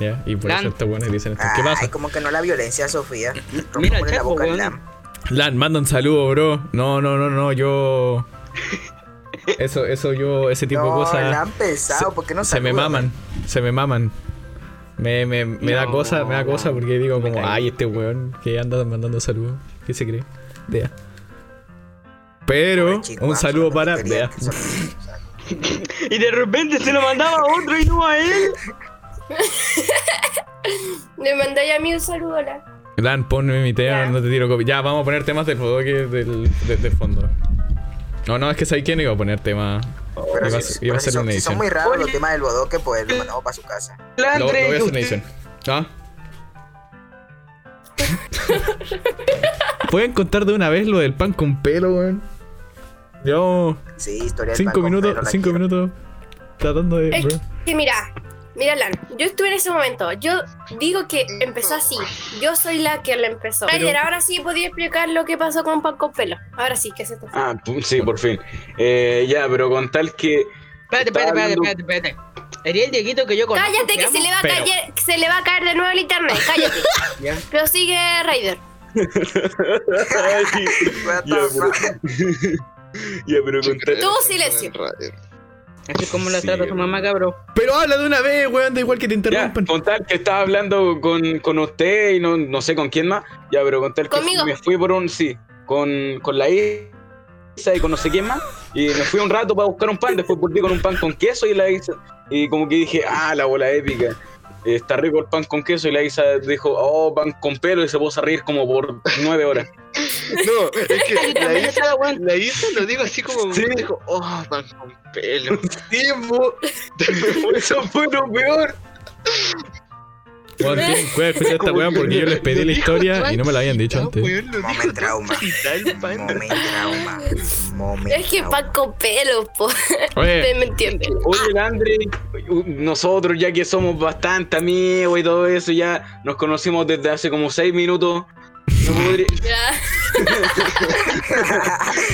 Speaker 1: Ya, y por
Speaker 6: Lan.
Speaker 1: eso estos buenos dicen esto. ¿Qué
Speaker 7: Ay,
Speaker 1: pasa?
Speaker 7: como que no la violencia, Sofía.
Speaker 6: Mira el
Speaker 7: Ponle
Speaker 6: chat,
Speaker 7: la boca al
Speaker 6: weón.
Speaker 7: lam.
Speaker 1: Lan, manda un saludo, bro. No, no, no, no, yo. Eso, eso, yo, ese tipo
Speaker 7: no,
Speaker 1: de cosas.
Speaker 7: la han pesado, ¿por qué no
Speaker 1: se me
Speaker 7: saludan?
Speaker 1: maman, se me maman. Me, me, me da
Speaker 6: No,
Speaker 1: cosa, me da
Speaker 6: no.
Speaker 1: cosa porque digo
Speaker 6: Me
Speaker 1: como,
Speaker 6: caí.
Speaker 1: ay, este weón que anda mandando saludos. ¿Qué se cree? Vea. Pero,
Speaker 7: Pobre chico,
Speaker 1: un
Speaker 7: ah,
Speaker 1: saludo
Speaker 7: solamente
Speaker 1: para...
Speaker 7: quería
Speaker 1: Vea.
Speaker 7: que solo-
Speaker 6: Y de repente se lo mandaba a otro y no a él.
Speaker 8: Le mandáis a mí un saludo, hola.
Speaker 1: Dan, ponme mi tema,
Speaker 8: Ya.
Speaker 1: no te tiro copia. Ya, vamos a poner temas del fondo. que- del, de- del fondo. No, no, es que sabéis que no iba a poner tema.
Speaker 7: Pero
Speaker 1: Iba a-
Speaker 7: si,
Speaker 1: iba a
Speaker 7: pero si
Speaker 1: ser
Speaker 7: son,
Speaker 1: una
Speaker 7: si son
Speaker 1: edición.
Speaker 7: muy raros los
Speaker 6: Oye.
Speaker 7: temas del bodoque, pues lo mandamos para su casa.
Speaker 1: Lo, lo
Speaker 6: Landre,
Speaker 1: voy a hacer una
Speaker 6: usted-
Speaker 1: edición. ¿Ah? ¿Pueden contar de una vez lo del pan con pelo, weón? Yo...
Speaker 7: Sí, historia del
Speaker 1: Cinco
Speaker 7: pan con
Speaker 1: minutos,
Speaker 7: pelo, la
Speaker 1: cinco
Speaker 7: quiero.
Speaker 1: minutos tratando de.
Speaker 8: Es
Speaker 1: bro.
Speaker 8: que mira, mira, Lan, yo estuve en ese momento. Yo digo que empezó así. Yo soy la que la empezó. Raider, ahora sí podía explicar lo que pasó con Pan con Pelo. Ahora sí, que se te
Speaker 5: Ah, pum, sí, por fin. Eh, ya, pero con tal que.
Speaker 6: Espérate,
Speaker 5: Estaba
Speaker 6: espérate,
Speaker 5: hablando-
Speaker 6: espérate, espérate, espérate. Sería el Dieguito que yo conozco.
Speaker 8: Cállate que se le va a
Speaker 1: pero-
Speaker 8: caer, que se le va a caer de nuevo el internet. Cállate.
Speaker 6: Ya.
Speaker 8: Pero sigue Raider.
Speaker 5: Ay,
Speaker 7: What the
Speaker 5: ya, pero,
Speaker 7: fuck?
Speaker 5: ya, pero con tal.
Speaker 8: Todo silencio.
Speaker 6: Así como la
Speaker 5: Sí,
Speaker 6: trata su
Speaker 5: weón.
Speaker 6: mamá, cabrón.
Speaker 1: Pero habla de una vez, weón, da igual que te
Speaker 5: Ya,
Speaker 1: interrumpan.
Speaker 5: con tal que estaba hablando con, con usted y no, no sé con quién más. Ya, pero con tal que
Speaker 8: Conmigo.
Speaker 5: me fui por un. Sí, con, con la Isa y con no sé quién más. Y me fui un rato para buscar un pan. Después volví con un pan con queso y la Isa. Y como que dije, ah, la bola épica. eh, Está rico el pan con queso y la Isa dijo, oh, pan con pelo y se puso a reír como por nueve horas.
Speaker 2: No, es que la Isa,
Speaker 6: estaba, weón.
Speaker 2: la Isa lo digo así como.
Speaker 5: Sí.
Speaker 2: Dijo, oh, pan con pelo.
Speaker 5: ¡Tiempo! Eso fue lo peor.
Speaker 1: Weón, tienen que escuchar esta weón porque yo les pedí la historia y no me la habían dicho
Speaker 2: Ah,
Speaker 1: antes.
Speaker 2: weón, lo
Speaker 7: Momento
Speaker 2: dijo
Speaker 7: trauma.
Speaker 2: tal pan.
Speaker 7: Momento trauma. Momento
Speaker 8: Es que
Speaker 7: trauma.
Speaker 8: Pan con Pelo, po.
Speaker 1: Oye,
Speaker 8: Ustedes me entienden.
Speaker 5: Oye, el Andre, nosotros ya que somos bastante amigos y todo eso, ya nos conocimos desde hace como seis minutos. No podría.
Speaker 8: Ya.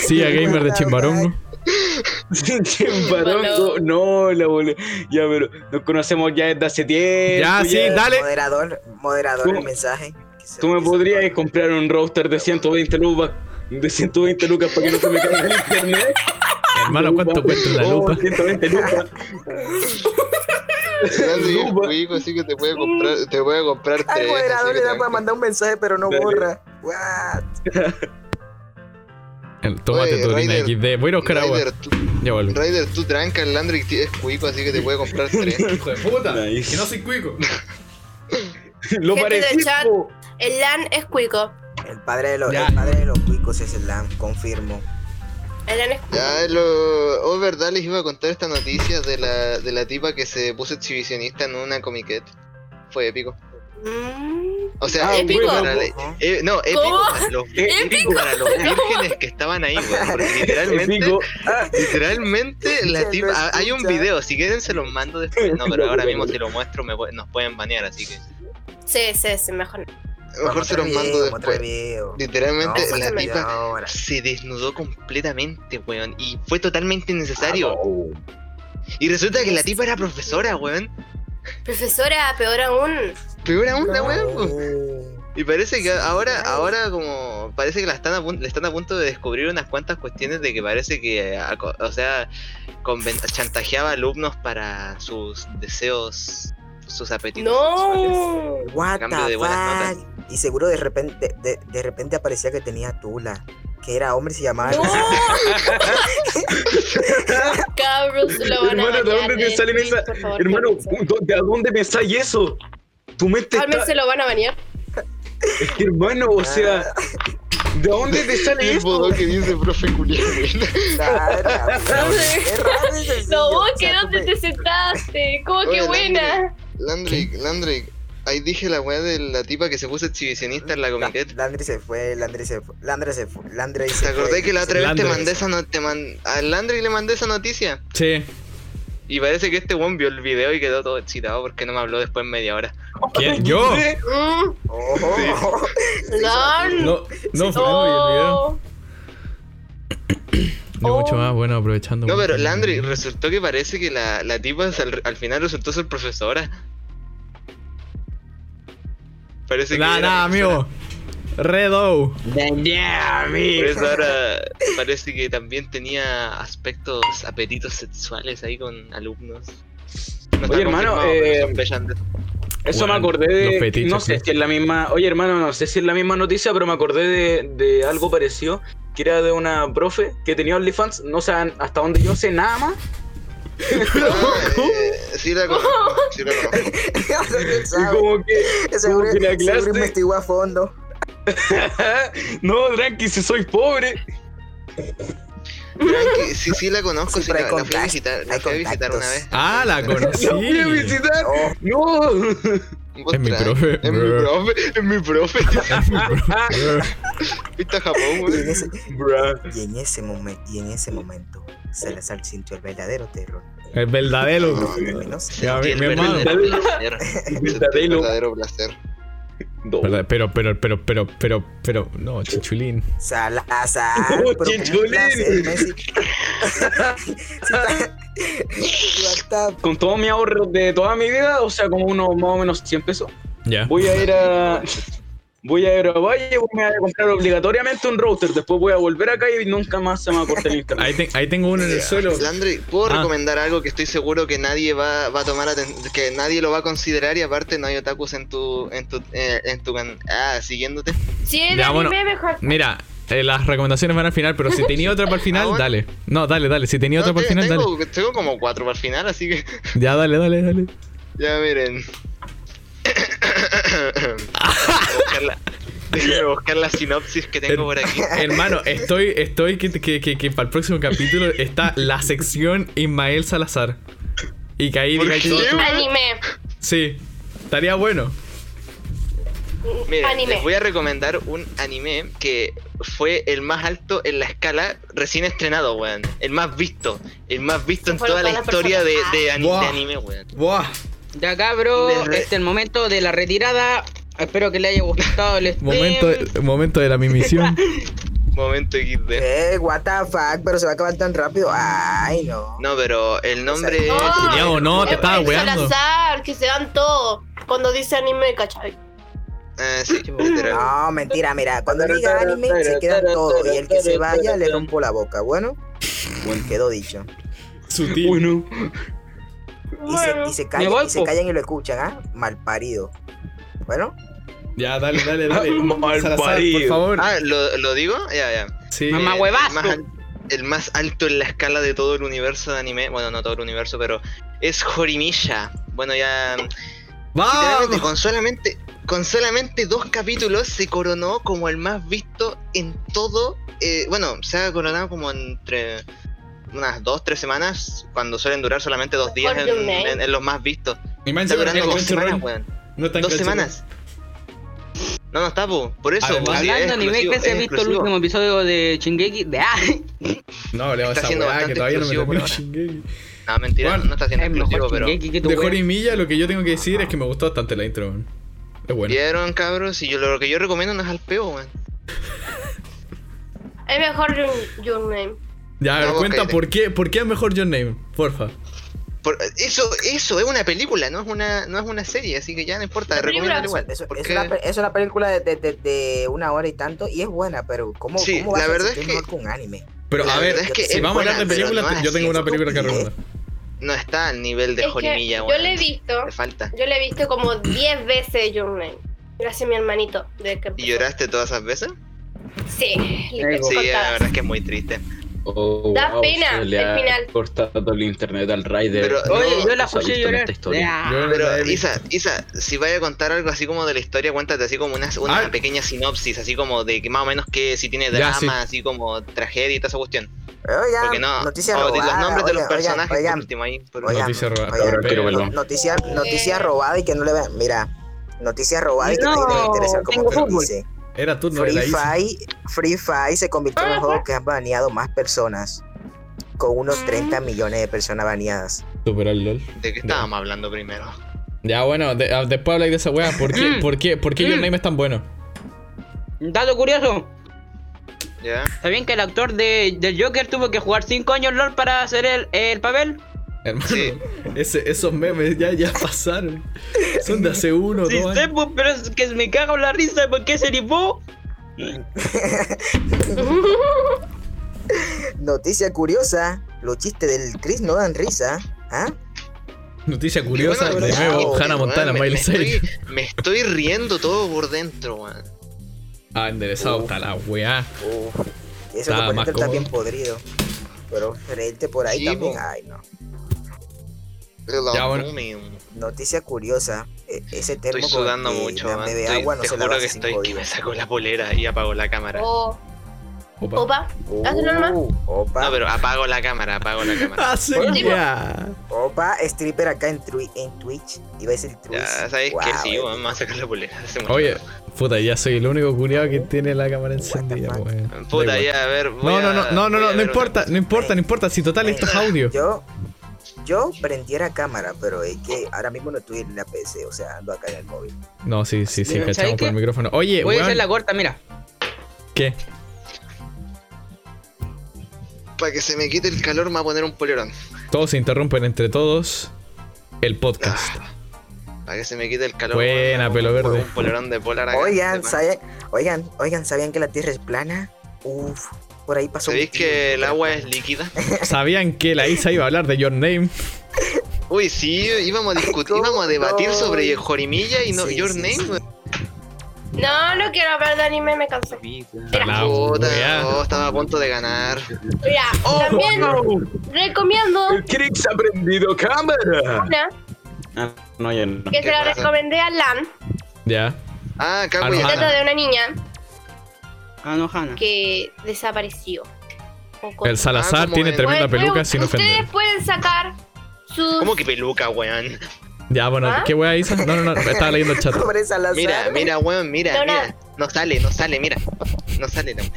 Speaker 1: Sí, a gamer de Chimbarongo.
Speaker 5: Chimbarongo. No, la boludo. Ya, pero nos conocemos ya desde hace tiempo.
Speaker 1: Ya, sí, dale.
Speaker 7: Moderador, moderador
Speaker 5: Tú-
Speaker 7: el mensaje. Que se-
Speaker 5: Tú me
Speaker 7: que se-
Speaker 5: podrías comprar un roster de 120 lucas. De 120 lucas para que no se me caiga el internet.
Speaker 1: Hermano, ¿cuánto cuesta la
Speaker 5: Oh,
Speaker 1: lupa?
Speaker 5: 120 lucas.
Speaker 2: Fernando, y el
Speaker 5: Lupa.
Speaker 2: cuico así que te puede comprar, te puede comprar
Speaker 7: Al
Speaker 2: tres. así
Speaker 7: moderador
Speaker 2: que
Speaker 7: le da
Speaker 2: te-
Speaker 7: para mandar un mensaje, pero no
Speaker 5: Dale.
Speaker 7: borra. What?
Speaker 1: El- Tómate
Speaker 2: Oye,
Speaker 1: tu orina
Speaker 2: Raider.
Speaker 1: XD. Voy a ir a buscar agua.
Speaker 2: Raider, tú,
Speaker 1: Ya vuelvo.
Speaker 2: Raider, tú tranca, el Landry es cuico, así que te puede comprar tres.
Speaker 1: Hijo de puta.
Speaker 5: Nice.
Speaker 1: Que no soy cuico.
Speaker 5: Lo
Speaker 8: Gente
Speaker 5: parecí.
Speaker 8: del chat.
Speaker 5: po.
Speaker 8: El LAN es cuico.
Speaker 7: El padre de los,
Speaker 1: Ya.
Speaker 7: el padre de los cuicos es el LAN, confirmo.
Speaker 8: El LAN es cuico.
Speaker 2: Ya, lo... Oh, verdad, les iba a contar esta noticia de la, de la tipa que se puso exhibicionista en una comiquet. Fue épico.
Speaker 8: Mm.
Speaker 2: O sea,
Speaker 5: Ah,
Speaker 2: épico
Speaker 5: bueno,
Speaker 2: para la-
Speaker 7: Ajá.
Speaker 2: eh, no, épico
Speaker 8: ¿Cómo?
Speaker 2: para los,
Speaker 8: Épico.
Speaker 2: para los vírgenes que estaban ahí, weón. porque Literalmente,
Speaker 5: Digo, ah,
Speaker 2: literalmente la
Speaker 7: Se
Speaker 2: tipa.
Speaker 7: lo
Speaker 2: ah, Hay un
Speaker 7: escucha.
Speaker 2: video, si quieren se los mando después. No, pero ahora mismo si lo muestro me pu- nos pueden banear, así que.
Speaker 8: Sí, sí, sí, mejor no.
Speaker 2: Mejor se los mando después. Literalmente
Speaker 7: No,
Speaker 2: la
Speaker 7: mándame
Speaker 2: tipa
Speaker 7: ahora.
Speaker 2: se desnudó completamente, weón. Y fue totalmente
Speaker 4: Ah,
Speaker 2: innecesario.
Speaker 5: oh,
Speaker 2: Y resulta que la tipa era profesora, weón.
Speaker 8: Profesora, peor aún.
Speaker 2: Peor aún, la weón. pues. po.
Speaker 7: No.
Speaker 2: Y parece que ahora, ahora como parece que la están a punto, le están a punto de descubrir unas cuantas cuestiones de que parece que, eh, aco- o sea, conven- chantajeaba alumnos para sus deseos, sus apetitos. sexuales.
Speaker 8: No.
Speaker 7: What
Speaker 2: Cambio
Speaker 7: the
Speaker 2: de buenas
Speaker 7: fuck? Y seguro de repente, de, de repente aparecía que tenía tula. Que era hombre y se llamaba.
Speaker 8: No. Cabros, lo van a
Speaker 5: Hermano, ¿de
Speaker 8: banear,
Speaker 5: dónde te
Speaker 8: eh.
Speaker 5: salen
Speaker 8: Sí,
Speaker 5: esa-
Speaker 8: por favor,
Speaker 5: Hermano,
Speaker 8: cálmense.
Speaker 5: ¿de a dónde pensáis eso? Tu mente está.
Speaker 8: Cálmense, Ah. lo van a banear.
Speaker 5: Es que, hermano, o sea. ¿De dónde te sale
Speaker 2: El
Speaker 5: eso?
Speaker 2: bodón que dice profe culiao, weón.
Speaker 7: Claro, es raro y sencillo.
Speaker 8: No, vos
Speaker 7: O
Speaker 8: que
Speaker 7: sea,
Speaker 8: no
Speaker 7: tú
Speaker 8: te,
Speaker 7: me-
Speaker 8: te sentaste. ¿Cómo
Speaker 2: Oye,
Speaker 8: que buena?
Speaker 2: Landrick, Landrick, ahí dije la weá de la tipa que se puso exhibicionista en la comiquet.
Speaker 7: Landry se fue, Landry se fue, Landry se fue, Landry se
Speaker 2: ¿Te acordás
Speaker 7: fue.
Speaker 2: que la otra vez te
Speaker 1: Landry.
Speaker 2: mandé esa no- te man- a Landry le mandé esa noticia?
Speaker 1: Sí.
Speaker 2: Y parece que este weón vio el video y quedó todo excitado porque no me habló después en media hora.
Speaker 1: ¿Quién? ¿Yo?
Speaker 8: Mm,
Speaker 7: Oh,
Speaker 8: Lan.
Speaker 1: No, no, fue no,
Speaker 8: Oh.
Speaker 1: el video. No, mucho más bueno aprovechando.
Speaker 2: No,
Speaker 1: mucho
Speaker 2: pero
Speaker 1: más.
Speaker 2: Landry, resultó que parece que la, la tipa al, al final resultó ser profesora. Parece que.
Speaker 1: Nah,
Speaker 2: era
Speaker 1: nah, amigo. Redo.
Speaker 2: profesora. Por eso ahora parece que también tenía aspectos, apetitos sexuales ahí con alumnos. No está
Speaker 5: Oye, hermano,
Speaker 2: confirmado, pero
Speaker 5: eh,
Speaker 2: sospechan de-
Speaker 5: Eso
Speaker 1: Bueno,
Speaker 5: me acordé
Speaker 1: los
Speaker 5: de.
Speaker 1: fetiches,
Speaker 5: no sé
Speaker 1: ¿no?
Speaker 5: si es la misma. Oye, hermano, no sé si es la misma noticia, pero me acordé de, de algo parecido. Que era de una profe que tenía OnlyFans. No sé hasta donde yo sé nada más.
Speaker 2: Ah, eh, sí la conozco, sí la conozco.
Speaker 5: Y como que.
Speaker 7: Seguro,
Speaker 5: que la
Speaker 7: seguro
Speaker 5: clase-
Speaker 7: investigó a fondo.
Speaker 5: no, tranqui, si soy pobre.
Speaker 2: Tranqui, sí, sí la conozco,
Speaker 7: Sí,
Speaker 2: sí, la,
Speaker 7: pero
Speaker 2: la
Speaker 7: hay
Speaker 2: fui a
Speaker 7: contactos,
Speaker 2: visitar, la
Speaker 7: hay
Speaker 2: fui a visitar una
Speaker 7: contactos.
Speaker 2: vez.
Speaker 1: Ah, la conocí.
Speaker 5: La voy a visitar. No.
Speaker 2: Vos
Speaker 1: Es mi
Speaker 2: tranqui,
Speaker 1: profe,
Speaker 2: Es mi
Speaker 1: bro.
Speaker 2: profe, es mi profe. Fuiste a Japón,
Speaker 7: Y
Speaker 2: güey.
Speaker 7: en ese,
Speaker 5: Bruh.
Speaker 7: y en ese, momen- y en ese momento, Salazar sintió el verdadero terror.
Speaker 1: El verdadero.
Speaker 7: Luminoso.
Speaker 1: Ya, mi,
Speaker 2: El
Speaker 1: mi hermano.
Speaker 2: verdadero placer. El
Speaker 5: Verdadero.
Speaker 2: verdadero placer.
Speaker 5: No.
Speaker 1: Verdad- Pero, pero, pero, pero, pero, pero, no, chichulín.
Speaker 7: Salazar.
Speaker 5: Oh,
Speaker 7: pero con un
Speaker 5: chichulín.
Speaker 7: placer, Messi. Sí, está- What the-
Speaker 5: Con todo mi ahorro de toda mi vida, o sea, como unos más o menos 100 pesos,
Speaker 1: Ya.
Speaker 5: voy a ir a. Voy a ir a Valle, voy a comprar obligatoriamente un router. Después voy a volver acá y nunca más se me va a cortar el internet.
Speaker 1: Ahí, te- ahí tengo uno en el suelo.
Speaker 2: Landry, ¿puedo
Speaker 1: Ah.
Speaker 2: recomendar algo que estoy seguro que nadie va, va a tomar aten- que nadie lo va a considerar y aparte no hay otakus en tu en tu eh, en tu can- ah, siguiéndote?
Speaker 8: Si es de
Speaker 1: Ya, bueno.
Speaker 8: anime, mejor.
Speaker 1: Mira, eh, las recomendaciones van al final, pero si tenía otra para el final,
Speaker 2: Ah, bueno.
Speaker 1: dale. No, dale, dale. Si tenía
Speaker 2: No,
Speaker 1: otra para el
Speaker 2: te-
Speaker 1: final, dale.
Speaker 2: tengo, tengo como cuatro para el final, así que
Speaker 1: Ya, dale, dale, dale.
Speaker 2: ya miren. Déjame buscar la- Déjame buscar la sinopsis que tengo por aquí.
Speaker 1: Hermano, estoy, estoy que, que, que, que para el próximo capítulo está la sección Ismael Salazar. Y que ahí
Speaker 2: ¿Por
Speaker 1: diga
Speaker 2: qué?
Speaker 1: todo. tu-
Speaker 8: Anime.
Speaker 1: Sí, estaría bueno.
Speaker 2: Miren,
Speaker 8: anime.
Speaker 2: les voy a recomendar un anime que fue el más alto en la escala recién estrenado, weón. El más visto. El más visto
Speaker 8: Se
Speaker 2: en
Speaker 8: fueron
Speaker 2: toda la
Speaker 8: todas las
Speaker 2: historia de,
Speaker 8: personas.
Speaker 2: de ani- de
Speaker 1: Buah.
Speaker 2: anime, weón.
Speaker 1: Buah.
Speaker 6: Ya cabro,
Speaker 2: Desde-
Speaker 6: este es el momento de la retirada. Espero que le haya gustado el stream.
Speaker 1: Momento,
Speaker 2: Eh,
Speaker 1: momento de la mimisión.
Speaker 2: Momento XD.
Speaker 7: Eh, what the fuck, pero se va a acabar tan rápido. Ay, no.
Speaker 2: No, pero el nombre
Speaker 8: No,
Speaker 2: es.
Speaker 1: Culiao, no, te
Speaker 8: Es
Speaker 1: estaba
Speaker 8: Eh, el
Speaker 1: weando.
Speaker 8: Salazar, que se dan todo cuando dice anime, ¿cachai?
Speaker 2: Ah, sí, literal.
Speaker 7: No, mentira, mira, cuando diga anime se quedan todos y el que se vaya le rompo la boca, bueno. pues quedó dicho.
Speaker 1: Sutil.
Speaker 5: Bueno,
Speaker 7: Y se, y se callan,
Speaker 5: Me voy,
Speaker 7: y se
Speaker 2: pues.
Speaker 5: po.
Speaker 7: callan y lo escuchan, ¿ah? Mal parido. Bueno,
Speaker 1: Ya, dale, dale, dale.
Speaker 5: Mal
Speaker 1: Salazar, por
Speaker 5: parido.
Speaker 1: favor.
Speaker 2: Ah, ¿lo, lo digo? Ya, ya.
Speaker 1: Sí.
Speaker 6: Mamá
Speaker 2: Eh,
Speaker 6: huevazo.
Speaker 2: El más, al- el más alto en la escala de todo el universo de anime. Bueno, no todo el universo, pero. Es Horimiya. Bueno, ya. Literalmente,
Speaker 1: Ah, ¡Vamos!
Speaker 2: con solamente, con solamente dos capítulos se coronó como el más visto en todo. eh, bueno, se ha coronado como entre unas dos, tres semanas, cuando suelen durar solamente dos días en,
Speaker 8: Mejor de un mes.
Speaker 2: en- en los más vistos.
Speaker 1: Mi man
Speaker 2: Está
Speaker 1: se
Speaker 2: durando
Speaker 1: con
Speaker 2: dos semanas,
Speaker 1: Crunchyroll.
Speaker 2: weón.
Speaker 1: No está en
Speaker 2: Dos
Speaker 1: Crunchyroll.
Speaker 2: semanas. No, no está, po. por eso.
Speaker 1: Además-
Speaker 2: po, sí, es
Speaker 6: Hablando de anime,
Speaker 2: exclusivo,
Speaker 6: que se ha
Speaker 2: es
Speaker 6: visto el
Speaker 2: exclusivo.
Speaker 6: último episodio de Chingeki. De ah,
Speaker 1: No, le vamos a
Speaker 2: Está siendo
Speaker 1: weá, que
Speaker 2: bastante
Speaker 1: todavía no me
Speaker 2: exclusivo
Speaker 1: termino
Speaker 2: por
Speaker 1: Shingeki.
Speaker 2: No, mentira,
Speaker 1: Bueno,
Speaker 2: no está siendo
Speaker 6: es
Speaker 2: exclusivo,
Speaker 6: mejor
Speaker 2: pero.
Speaker 6: Chingeki que tu
Speaker 1: De
Speaker 6: wea.
Speaker 1: Jorimilla, lo que yo tengo que decir es que me gustó bastante la intro, weón. Es bueno.
Speaker 2: ¿Vieron, cabros? Y yo, lo que yo recomiendo no es al peo, weón.
Speaker 8: Es mejor Your, Your Name.
Speaker 1: Ya, a ver,
Speaker 2: No,
Speaker 1: cuenta
Speaker 2: ok.
Speaker 1: por qué, por qué es mejor Your Name, porfa.
Speaker 2: Por- eso, eso es una película, no es una, no es una serie, así que ya no importa,
Speaker 8: Una película.
Speaker 2: recomiéndalo igual.
Speaker 7: eso, es,
Speaker 2: porque-
Speaker 7: una, pe- es una película de, de- de- de una hora y tanto y es buena, pero ¿cómo,
Speaker 2: Sí,
Speaker 7: cómo vas
Speaker 2: la
Speaker 7: a
Speaker 2: verdad
Speaker 7: decir
Speaker 2: es
Speaker 7: que es
Speaker 2: que-
Speaker 7: mejor que un anime?
Speaker 1: Pero
Speaker 2: La
Speaker 1: a ver,
Speaker 2: verdad es que
Speaker 1: si
Speaker 2: es
Speaker 1: vamos a hablar de
Speaker 2: buena, pero
Speaker 1: películas,
Speaker 2: no
Speaker 1: yo
Speaker 2: es
Speaker 1: tengo una
Speaker 2: así,
Speaker 1: película que
Speaker 7: estúpido.
Speaker 1: recomendar.
Speaker 2: no está al nivel de
Speaker 8: Es que
Speaker 2: Jorimilla,
Speaker 8: yo
Speaker 2: weón.
Speaker 8: le he visto,
Speaker 2: Le falta.
Speaker 8: yo le he visto como 10 veces Your Name. Gracias a mi hermanito. De que
Speaker 2: ¿Y lloraste todas esas veces?
Speaker 8: Sí, le
Speaker 6: Luego.
Speaker 2: Sí, la
Speaker 8: contadas.
Speaker 2: verdad es que es muy triste.
Speaker 5: Oh,
Speaker 8: Da
Speaker 5: wow,
Speaker 8: pena,
Speaker 5: se le
Speaker 8: el
Speaker 5: ha
Speaker 8: final.
Speaker 5: cortado el internet al Raider.
Speaker 2: Pero-
Speaker 6: Oye,
Speaker 2: No,
Speaker 6: yo la
Speaker 5: se ha visto
Speaker 6: escuché
Speaker 5: en
Speaker 6: llorar.
Speaker 5: esta historia.
Speaker 6: De ah.
Speaker 1: Yo la he
Speaker 2: Pero,
Speaker 1: visto.
Speaker 2: Isa, Isa, si vaya a contar algo así como de la historia, cuéntate así como una, una
Speaker 1: Ah.
Speaker 2: pequeña sinopsis, así como de que más o menos que si tiene
Speaker 1: Ya,
Speaker 2: drama,
Speaker 1: sí.
Speaker 2: así como tragedia y toda esa cuestión. Porque
Speaker 7: eh, Oigan,
Speaker 2: no,
Speaker 7: noticias
Speaker 2: o de
Speaker 7: robadas.
Speaker 2: los nombres de los
Speaker 7: oigan,
Speaker 2: personajes por
Speaker 7: oigan,
Speaker 2: último ahí. por
Speaker 7: oigan,
Speaker 1: Noticia robada.
Speaker 7: oigan,
Speaker 5: Ahora quiero verlo.
Speaker 7: Noticia,
Speaker 6: Eh.
Speaker 7: noticia robada y que no le vean. Mira, noticia robada y que nadie le va a interesar como
Speaker 6: tengo
Speaker 7: tú
Speaker 6: fútbol.
Speaker 7: dices.
Speaker 1: Era turno de
Speaker 7: Free
Speaker 1: la Isa.
Speaker 7: Fire, Free Fire se convirtió en el juego que han baneado más personas. Con unos 30 millones de personas baneadas.
Speaker 1: Superó el LOL.
Speaker 2: ¿De qué estábamos hablando primero?
Speaker 1: Ya, bueno, de- ah, después habláis de esa weá. ¿Por qué,
Speaker 6: Mm.
Speaker 1: por qué, por qué Your
Speaker 6: Mm.
Speaker 1: Name es tan bueno?
Speaker 6: Dato curioso.
Speaker 2: ¿Ya?
Speaker 6: ¿Sabían que el actor de, del Joker tuvo que jugar 5 años LOL para hacer el, el papel?
Speaker 1: Hermano,
Speaker 2: Sí.
Speaker 1: ese- esos memes ya, ya pasaron. Son de hace uno,
Speaker 6: Sí,
Speaker 1: dos
Speaker 6: sé,
Speaker 1: años.
Speaker 6: pues, pero es que me cago en la risa porque se rifó.
Speaker 7: Noticia curiosa: los chistes del Chris no dan risa. ¿Ah?
Speaker 1: Noticia curiosa,
Speaker 2: Bueno,
Speaker 1: de
Speaker 2: pero-
Speaker 1: nuevo,
Speaker 2: wow,
Speaker 1: Hannah
Speaker 2: weón,
Speaker 1: Montana,
Speaker 2: me-
Speaker 1: Miley
Speaker 2: me
Speaker 1: Cyrus.
Speaker 2: estoy- Me estoy riendo todo por dentro, weón.
Speaker 1: Ah, enderezado, está la weá.
Speaker 7: Uf, eso
Speaker 1: Está
Speaker 7: que por
Speaker 1: más
Speaker 7: dentro está
Speaker 1: cómodo.
Speaker 7: bien podrido. Pero reírte por ahí
Speaker 2: Sí,
Speaker 7: también.
Speaker 2: po.
Speaker 7: Ay, no.
Speaker 1: Ya, bueno.
Speaker 7: Noticia curiosa: e- ese termo
Speaker 2: Estoy
Speaker 7: con el
Speaker 2: sudando
Speaker 7: que
Speaker 2: mucho,
Speaker 7: la
Speaker 2: weón.
Speaker 7: bebé
Speaker 2: Estoy-
Speaker 7: agua no
Speaker 2: te
Speaker 7: se la
Speaker 2: juro que estoy que me saco la polera y apago la cámara.
Speaker 7: Oh,
Speaker 8: O
Speaker 1: Opa.
Speaker 8: Oh, Opa. Hazlo nomás.
Speaker 7: Uh, opa,
Speaker 2: No, pero apago la cámara, apago la cámara.
Speaker 1: Ah, sí,
Speaker 8: Bueno.
Speaker 1: ya.
Speaker 7: opa, stripper acá en, Twi- en Twitch. Iba a decir Twitch.
Speaker 2: Ya sabéis
Speaker 7: Guau, eh.
Speaker 2: que sí,
Speaker 7: weón.
Speaker 2: weón, me voy a sacar la polera. hace mucho
Speaker 1: Oye,
Speaker 2: calor.
Speaker 1: puta, ya soy el único culiado que tiene la cámara
Speaker 7: the
Speaker 1: encendida,
Speaker 7: fuck?
Speaker 1: weón. Da
Speaker 2: Puta,
Speaker 1: igual.
Speaker 2: ya, a ver. voy
Speaker 1: No, no,
Speaker 2: a-
Speaker 1: no, no, no,
Speaker 2: voy a
Speaker 1: no, no
Speaker 2: ver
Speaker 1: importa, no importa, no importa, si total esto es audio.
Speaker 7: Yo, yo prendiera cámara, pero es que ahora mismo no estoy en la PC, o sea, ando acá en el móvil.
Speaker 1: No, sí, sí, sí,
Speaker 6: ¿Sabes
Speaker 1: cachamos
Speaker 6: qué?
Speaker 1: por el micrófono. Oye,
Speaker 6: Voy a hacer
Speaker 1: weón,
Speaker 6: la corta, mira.
Speaker 1: ¿qué?
Speaker 2: una- Para que se me quite el calor, me voy a poner un polerón.
Speaker 1: Todos se interrumpen entre todos el podcast.
Speaker 2: Para que se me quite el calor.
Speaker 1: Buena,
Speaker 2: weón,
Speaker 1: pelo
Speaker 2: un-
Speaker 1: verde.
Speaker 2: Un polerón de polar acá.
Speaker 7: Oigan,
Speaker 2: sepa.
Speaker 7: ¿sabían, oigan, oigan, ¿sabían que la Tierra es plana? Uf, por ahí pasó. un
Speaker 2: ¿Sabéis
Speaker 7: tío.
Speaker 2: que el agua es líquida?
Speaker 1: ¿Sabían que la Isa iba a hablar de Your Name?
Speaker 2: Uy, sí, íbamos a discutir, íbamos a debatir sobre Jorimilla y no
Speaker 7: Sí,
Speaker 2: Your
Speaker 7: sí,
Speaker 2: Name.
Speaker 7: sí.
Speaker 2: weón.
Speaker 8: No, no quiero hablar de anime, me cansé. Mira,
Speaker 1: La
Speaker 2: Puta,
Speaker 1: weá.
Speaker 2: oh, estaba a punto de ganar.
Speaker 8: mira,
Speaker 2: Oh,
Speaker 8: también recomiendo
Speaker 5: El Krix ha prendido cámara.
Speaker 8: una
Speaker 5: Ah, no, ya no.
Speaker 8: que
Speaker 2: ¿Qué
Speaker 8: se la
Speaker 2: pasa?
Speaker 8: recomendé a Lan.
Speaker 1: Ya. Ah,
Speaker 2: Ah,
Speaker 1: no,
Speaker 2: Kaguya.
Speaker 1: ah,
Speaker 8: Trata de una niña
Speaker 6: Ah, no, Hanna.
Speaker 8: que desapareció. O con-
Speaker 1: El Salazar
Speaker 2: como
Speaker 1: tiene
Speaker 2: el-
Speaker 1: tremenda
Speaker 8: Pueden-
Speaker 1: peluca
Speaker 8: pueden-
Speaker 1: sin ofender.
Speaker 8: Ustedes pueden sacar sus...
Speaker 2: ¿Cómo que peluca, weón?
Speaker 1: Ya, bueno,
Speaker 8: ¿Ah?
Speaker 1: ¿qué weá Isa? No, no, no, estaba leyendo el chat.
Speaker 7: Pobre Salazar.
Speaker 2: Mira, mira, weón, mira,
Speaker 8: No,
Speaker 2: mira.
Speaker 8: nada.
Speaker 2: No sale, no sale, mira. No sale la weón.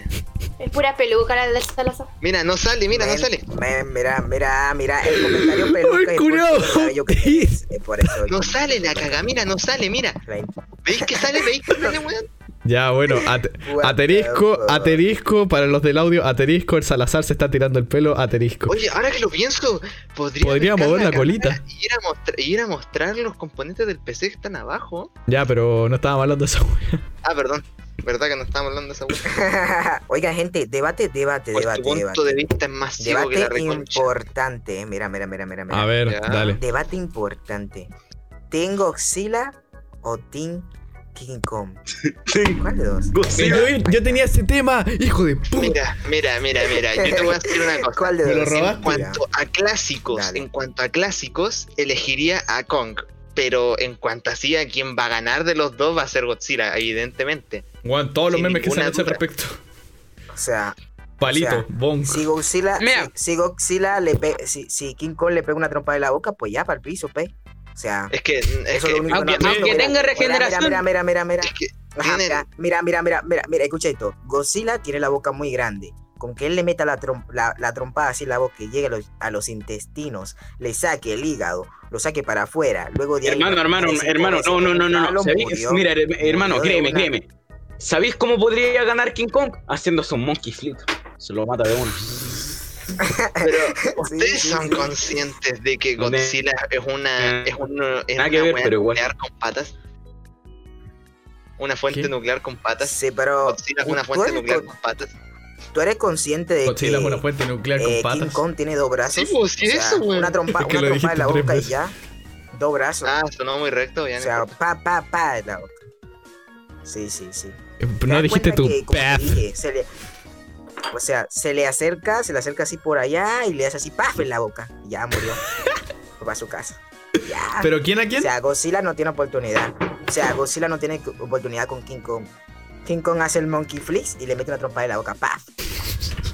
Speaker 8: Es eh, pura peluca la del Salazar.
Speaker 2: Mira, no sale, mira, no
Speaker 4: Men,
Speaker 2: sale.
Speaker 4: men, mira, mira, mira, el comentario peluca.
Speaker 1: ¡Ay,
Speaker 4: es por
Speaker 1: culiao!
Speaker 4: el comentario que es,
Speaker 7: eh,
Speaker 4: es por eso. el
Speaker 2: No sale la caga, mira, no sale, mira.
Speaker 4: comentario.
Speaker 2: ¿Veis que sale? ¿Veis que sale, weón?
Speaker 1: Ya, bueno, at-
Speaker 4: What
Speaker 1: aterisco,
Speaker 4: the fuck?
Speaker 1: aterisco, para los del audio, aterisco, el Salazar se está tirando el pelo, aterisco.
Speaker 2: Oye, ahora que lo pienso, podría,
Speaker 1: Podría
Speaker 2: pescar
Speaker 1: mover la
Speaker 2: cámara
Speaker 1: colita.
Speaker 2: Y ir, a mostrar, ir a mostrar los componentes del PC que están abajo.
Speaker 1: Ya, pero no estaba hablando de eso.
Speaker 2: Ah, perdón. ¿Verdad que no estábamos hablando de esa weón?
Speaker 4: Oiga, gente, debate, debate,
Speaker 2: Pues
Speaker 4: debate,
Speaker 2: tu punto
Speaker 4: debate.
Speaker 2: de vista es más ciego que la
Speaker 4: Debate
Speaker 2: reconcha.
Speaker 4: importante. eh. Mira, mira, mira, mira. mira.
Speaker 1: A ver,
Speaker 2: Ya.
Speaker 1: dale.
Speaker 4: Debate importante. ¿Tengo Oxila o Team King Kong? ¿Cuál de dos?
Speaker 1: Yo, yo tenía ese tema, hijo de puta.
Speaker 2: Mira, mira, mira, mira. Yo te voy a decir una cosa.
Speaker 4: ¿Cuál de
Speaker 1: Me lo
Speaker 4: dos?
Speaker 1: robaste.
Speaker 2: En cuanto a clásicos,
Speaker 4: Dale.
Speaker 2: en cuanto a clásicos, elegiría a Kong. Pero en cuanto así a quien va a ganar de los dos va a ser Godzilla, evidentemente.
Speaker 1: Juan, todos los
Speaker 2: Sin
Speaker 1: memes que se han
Speaker 2: ninguna
Speaker 1: hecho al
Speaker 2: duda.
Speaker 1: respecto.
Speaker 4: O sea,
Speaker 1: Palito,
Speaker 4: O sea,
Speaker 1: bong.
Speaker 4: si Godzilla, eh,
Speaker 6: Mira.
Speaker 4: si- si Godzilla le pe- si, si King Kong le pega una trompa de la boca, pues ya para el piso, pe. O sea,
Speaker 2: Es que. Es
Speaker 4: eso es
Speaker 2: que
Speaker 4: lo único
Speaker 6: aunque-
Speaker 4: que no-
Speaker 6: aunque
Speaker 4: mira, mira,
Speaker 6: tenga regeneración.
Speaker 4: Mira, mira, mira, mira.
Speaker 2: es que
Speaker 4: Ajá,
Speaker 2: tienen-
Speaker 4: mira, mira, mira, mira, mira, mira, escucha esto. Godzilla tiene la boca muy grande. Con que él le meta la, trom- la, la trompada así en la boca y llegue a los, a los intestinos, le saque el hígado, lo saque para afuera, luego de ahí-
Speaker 5: Hermano, hermano,
Speaker 4: tres, cinco
Speaker 5: hermano,
Speaker 4: veces
Speaker 5: no, no,
Speaker 4: con
Speaker 5: no,
Speaker 4: el
Speaker 5: no, no.
Speaker 4: palo,
Speaker 5: ¿Sabéis?
Speaker 4: murió.
Speaker 5: Mira, her- hermano,
Speaker 4: Murió de
Speaker 5: créeme,
Speaker 4: una.
Speaker 5: créeme. ¿Sabéis cómo podría ganar King Kong? Haciéndose un monkey flip. Se lo mata de uno.
Speaker 2: Pero
Speaker 4: Sí,
Speaker 2: ustedes
Speaker 4: sí,
Speaker 2: son
Speaker 4: sí.
Speaker 2: conscientes de que
Speaker 5: No tiene-
Speaker 2: Godzilla es una. Es un. Es
Speaker 5: Nada que
Speaker 2: una
Speaker 5: ver,
Speaker 2: weá
Speaker 5: pero igual.
Speaker 2: nuclear con patas. Una fuente
Speaker 1: ¿Qué?
Speaker 2: nuclear con patas.
Speaker 4: Sí, pero
Speaker 2: Godzilla es
Speaker 4: tú
Speaker 2: una fuente
Speaker 4: eres
Speaker 2: nuclear
Speaker 4: con-
Speaker 2: con patas.
Speaker 4: tú eres consciente de
Speaker 1: Godzilla
Speaker 4: que
Speaker 1: es una fuente nuclear con
Speaker 4: eh, King
Speaker 1: patas.
Speaker 4: Kong tiene dos brazos.
Speaker 2: Sí, pues, ¿qué
Speaker 4: O
Speaker 2: es
Speaker 4: sea,
Speaker 2: eso, güey?
Speaker 4: una trompa,
Speaker 1: Es que
Speaker 4: una
Speaker 1: lo
Speaker 4: trompa en la
Speaker 1: dijiste tres
Speaker 4: boca y
Speaker 1: veces.
Speaker 4: ya. Dos brazos.
Speaker 2: Ah, sonó muy recto, ya.
Speaker 4: o
Speaker 2: no
Speaker 4: sea,
Speaker 2: importa.
Speaker 4: pa, pa, pa en la boca. Sí, sí, sí.
Speaker 1: Eh,
Speaker 4: ¿Te
Speaker 1: No
Speaker 4: das
Speaker 1: dijiste
Speaker 4: cuenta
Speaker 1: tu
Speaker 4: que, como te
Speaker 1: path.
Speaker 4: dije, se le- o sea, se le acerca, se le acerca así por allá y le hace así paf en la boca. Y ya murió. Fue para su casa. Ya.
Speaker 1: ¿Pero quién a
Speaker 4: O
Speaker 1: quién?
Speaker 4: sea, Godzilla no tiene oportunidad. O sea, Godzilla no tiene oportunidad con King Kong. King Kong hace el monkey flicks y le mete una trompa en la boca. ¡Paf!